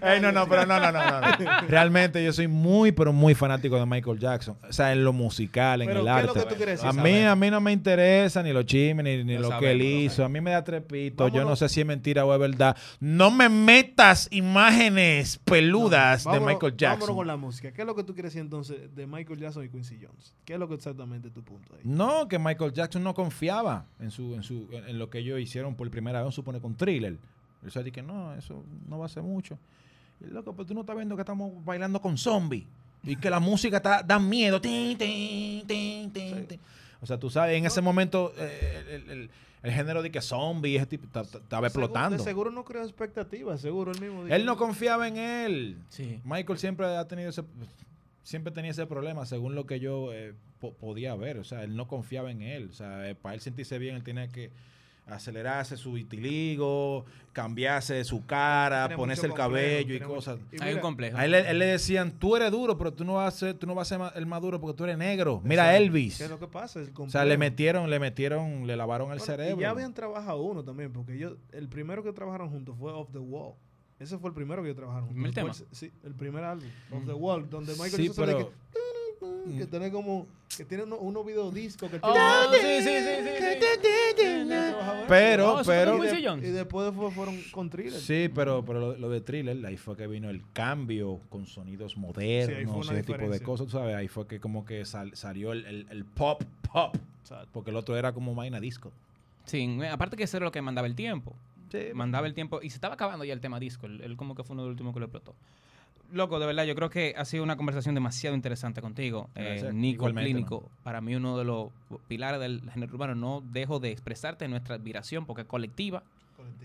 Ey, no, no, pero no, no, no, no, no. Realmente yo soy muy, pero muy fanático de Michael Jackson. O sea, en lo musical, en Pero, el ¿qué es arte. lo que tú quieres a decir? mí, Saber. a mí no me interesa ni los chismes, ni, ni Lo lo, que sabemos, él lo hizo. A sabemos. mí me da trepito. Yo Vámonos. no sé si es mentira o es verdad. No me metas imágenes peludas de vámonos- Michael Vámonos con Jackson. la música. ¿Qué es lo que tú quieres decir entonces de Michael Jackson y Quincy Jones? ¿Qué es lo que exactamente tu punto ahí? No, que Michael Jackson no confiaba en su, en su, en, en lo que ellos hicieron por primera vez, supone con thriller. Él sabe que no, eso no va a ser mucho. Y loco, pero tú no estás viendo que estamos bailando con zombies. Y que la música está- da miedo. Tin, tin, tin, tin, tin. O sea, tú sabes, en ese momento eh, el, el- el- el género de que zombie ese tipo, ta- ta- estaba Seguro- explotando. De seguro no creó expectativas, seguro él mismo. dijo, Él no confiaba en él. Sí. Michael siempre ha tenido ese siempre tenía ese problema según lo que yo eh, po- podía ver, o sea, él no confiaba en él, o sea, eh, para él sentirse bien él tenía que acelerarse su vitiligo, cambiarse su cara, tiene ponerse mucho el complejo, cabello y tiene mucho- cosas. y Hay un mira, complejo. A él, él le decían, "Tú eres duro, pero tú no vas a ser tú no vas a ser ma- el más duro porque tú eres negro." Mira o sea, Elvis. ¿Qué es lo que pasa? El O complejo. sea, le metieron, le metieron, le lavaron el Bueno, cerebro. Y ya habían trabajado uno también, porque ellos, el primero que trabajaron juntos fue Off the Wall. Ese fue el primero que ellos trabajaron juntos. ¿El Fue tema? Mm. se- sí, el primer álbum, Off the Wall, donde Michael Sí, Jackson sale pero- que- Mm. que tiene como, que tiene uno- unos videodiscos que el tipo- Oh, sí, sí, sí, sí, sí. Pero, No, eso pero. está muy y, de- sencillón. y después fue- fueron con thriller. Sí, pero, pero lo, lo de Thriller, ahí fue que vino el cambio con sonidos modernos una y ese tipo de diferencia. cosas, tú ¿sabes? Ahí fue que como que sal- salió el, el- el pop, pop, porque el otro era como vaina disco. Sí, eh, aparte que eso era lo que mandaba el tiempo. Sí, mandaba el tiempo y se estaba acabando ya el tema disco. Él, él como que fue uno de los últimos que lo explotó. Loco, de verdad, yo creo que ha sido una conversación demasiado interesante contigo, eh, Gracias. Nico el Igualmente, Clínico. Para mí, uno de los pilares del género urbano. No dejo de expresarte nuestra admiración porque es colectiva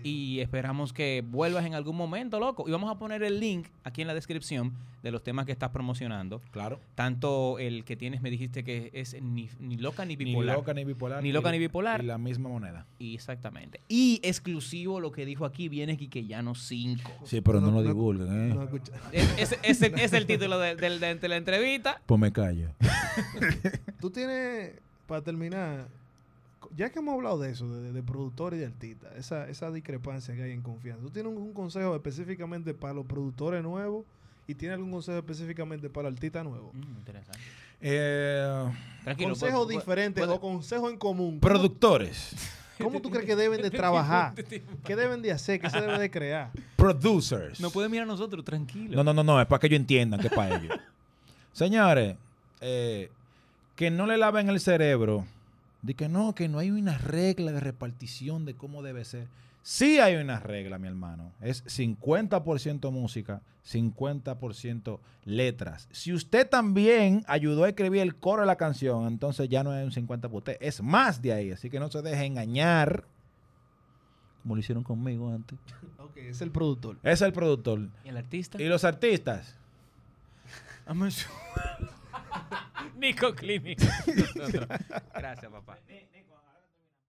y esperamos que vuelvas en algún momento, loco. Y vamos a poner el link aquí en la descripción de los temas que estás promocionando. claro. Tanto el que tienes, me dijiste que es ni, ni loca ni bipolar. Ni loca ni bipolar. Ni loca ni bipolar. Y la misma moneda. Y exactamente. Y exclusivo lo que dijo aquí viene Quiquellano 5. Sí, pero no, No, lo no- divulguen, ¿eh? No escucha- Es, es- es el, es el título de, del- de- de la entrevista. Pues me callo. Tú tienes, para terminar, co- ya que hemos hablado de eso, de, de productor y de artista, esa, esa discrepancia que hay en confianza, ¿tú tienes un, un consejo específicamente para los productores nuevos y tienes algún consejo específicamente para el artista nuevo? Mm, interesante. Eh, Tranquilo. pues, Consejo puede- puede- diferente puede- o consejo en común. ¿Cómo, productores, cómo tú crees que deben de trabajar? ¿Qué deben de hacer? ¿Qué se debe de crear? producers. No puede mirar a nosotros, tranquilo. No, no, no, no, es para que ellos entiendan que es para ellos. Señores, eh, que no le laven el cerebro de que no, que no hay una regla de repartición de cómo debe ser. Sí hay una regla, mi hermano. Es 50% música, 50% letras. Si usted también ayudó a escribir el coro de la canción, entonces ya no es un 50% para usted. Es más de ahí. Así que no se deje engañar como lo hicieron conmigo antes. Ok, es el productor. Es el productor. ¿Y el artista? Y los artistas. Amén. Nico Clinic. Nosotros. Gracias, papá.